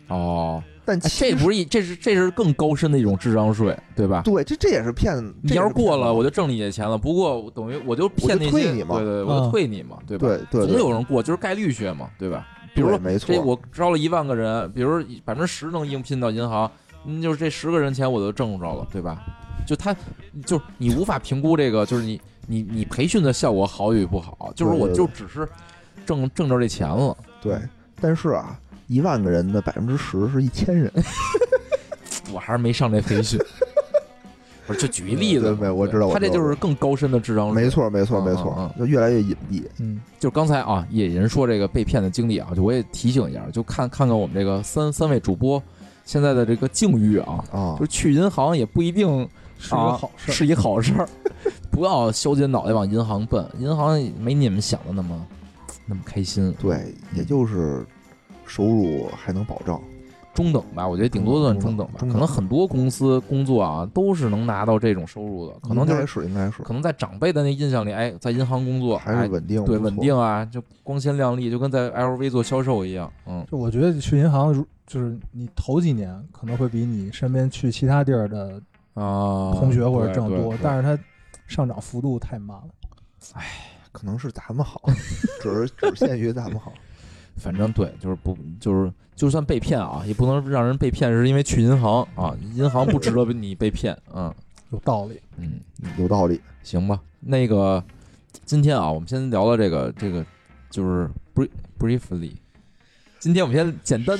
Speaker 2: 哦，
Speaker 1: 但
Speaker 2: 哎
Speaker 1: 其
Speaker 2: 这
Speaker 1: 实
Speaker 2: 不是一，这是这是更高深的一种智商税，对吧？
Speaker 1: 对，这这也是骗。
Speaker 2: 你要是过了，我
Speaker 1: 我
Speaker 2: 就挣你的钱了。不过我等于我就
Speaker 1: 我
Speaker 2: 骗
Speaker 1: 就
Speaker 2: 那些，
Speaker 1: 退你嘛
Speaker 2: 对对，我就
Speaker 3: 嗯
Speaker 2: 退你嘛，对吧？
Speaker 1: 对对
Speaker 2: 总
Speaker 1: 对，
Speaker 2: 有人过，就是概率学嘛，对吧？比
Speaker 1: 对
Speaker 2: 如说
Speaker 1: 没错
Speaker 2: 这，我招了一万个人，比如百分之十能应聘到银行，嗯，就是这十个人钱我就挣着了，对吧？就他，就是你无法评估这个，就是你你你培训的效果好与不好，就是
Speaker 1: 对对
Speaker 2: 我
Speaker 1: 对
Speaker 2: 就只是挣挣着这钱了，
Speaker 1: 对。但是啊，一万个人的百分之十是一千人。
Speaker 2: 我还是没上这培训。 不是，就举一例子
Speaker 1: 对
Speaker 2: 嘛，
Speaker 1: 对我知道我
Speaker 2: 他这
Speaker 1: 知道
Speaker 2: 就是
Speaker 1: 我
Speaker 2: 更高深的智商税，
Speaker 1: 没错，没错，
Speaker 2: 嗯
Speaker 1: 没
Speaker 2: 嗯
Speaker 1: 错，
Speaker 2: 嗯
Speaker 1: 就越来越隐蔽。
Speaker 3: 嗯
Speaker 2: 就刚才啊，野人说这个被骗的经历啊，就我也提醒一下，就看看看我们这个三三位主播现在的这个境遇啊，
Speaker 1: 啊
Speaker 2: 就，是去银行也不一定
Speaker 3: 是个
Speaker 2: 啊
Speaker 3: 好事儿，
Speaker 2: 是一好事 儿，不要削尖脑袋往银行奔，银行没你们想的那么那么开心，
Speaker 1: 对，也就是收入还能保障，
Speaker 2: 中等吧，我觉得顶多算中等吧，
Speaker 1: 中等中等
Speaker 2: 可能很多公司工作啊都是能拿到这种收入的，可能就
Speaker 1: 应该
Speaker 2: 是
Speaker 1: 是应该是
Speaker 2: 可能在长辈的那印象里，哎，在银行工作
Speaker 1: 还
Speaker 2: 哎
Speaker 1: 是稳定，
Speaker 2: 对
Speaker 1: 不错
Speaker 2: 稳。定啊，就光鲜亮丽，就跟在 LV 做销售一样，嗯。
Speaker 3: 就我觉得去银行，如就是你头几年可能会比你身边去其他地儿的
Speaker 2: 啊，
Speaker 3: 同学或者挣
Speaker 2: 对
Speaker 3: 得多，
Speaker 2: 对
Speaker 3: 但是它上涨幅度太慢了。
Speaker 1: 可能是咱们好， 只是只限于咱们好。
Speaker 2: 反正对，就是不就是就算被骗啊，也不能让人被骗是因为去银行啊，银行不值得你被 骗，嗯
Speaker 3: 有道理，
Speaker 2: 嗯，
Speaker 1: 有道理，
Speaker 2: 行吧，那个今天啊，我们先聊到这个这个就是 brief briefly，今天我们先简单。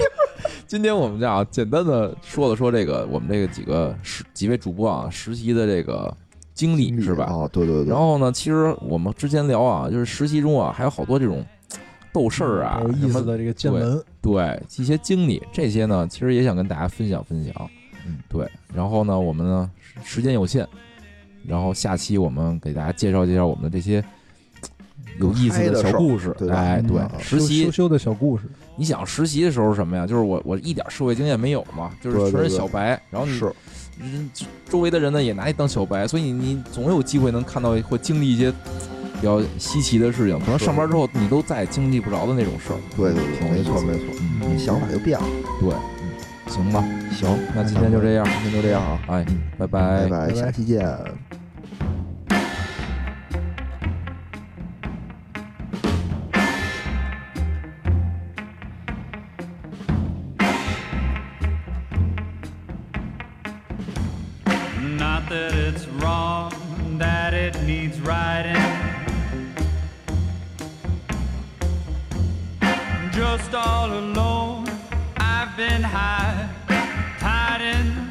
Speaker 2: 今天我们这样啊简单的说了说这个我们这个几个实几位主播啊实习的这个经历是吧？
Speaker 1: 啊，对对对。
Speaker 2: 然后呢，其实我们之前聊啊，就是实习中啊，还有好多这种斗事儿啊，
Speaker 3: 有意
Speaker 2: 什
Speaker 3: 思
Speaker 2: 么
Speaker 3: 的这个见闻，
Speaker 2: 对一些经历，这些呢，其实也想跟大家分享分享。
Speaker 1: 嗯，
Speaker 2: 对。然后呢，我们呢时时间有限，然后下期我们给大家介绍介绍我们的这些有意思
Speaker 1: 嗨的
Speaker 2: 小
Speaker 1: 事儿
Speaker 2: 故事。
Speaker 1: 对吧
Speaker 2: 哎，对
Speaker 1: 嗯，
Speaker 2: 实
Speaker 3: 羞
Speaker 2: 习，
Speaker 3: 羞的小故事，
Speaker 2: 你想实习的时候是什么呀？就是我我一点社会经验没有嘛，就是
Speaker 1: 对对
Speaker 2: 全是
Speaker 1: 对
Speaker 2: 小白。然后你
Speaker 1: 是
Speaker 2: 人周围的人呢也拿你当小白，所以你你总有机会能看到或经历一些比较稀奇的事情，可能上班之后你都再也经历不着的那种事儿。
Speaker 1: 对对对，没错没错，
Speaker 2: 嗯，
Speaker 1: 想法就变了。
Speaker 2: 对，嗯，行吧，
Speaker 1: 行，
Speaker 2: 那今天就这样，
Speaker 1: 今天就这样啊，
Speaker 2: 哎，拜
Speaker 1: 拜
Speaker 2: 拜。
Speaker 1: 拜，
Speaker 3: 拜
Speaker 1: 下期见。
Speaker 4: Not that it's wrong, that it needs righting. Just all alone, I've been high, tied in uh,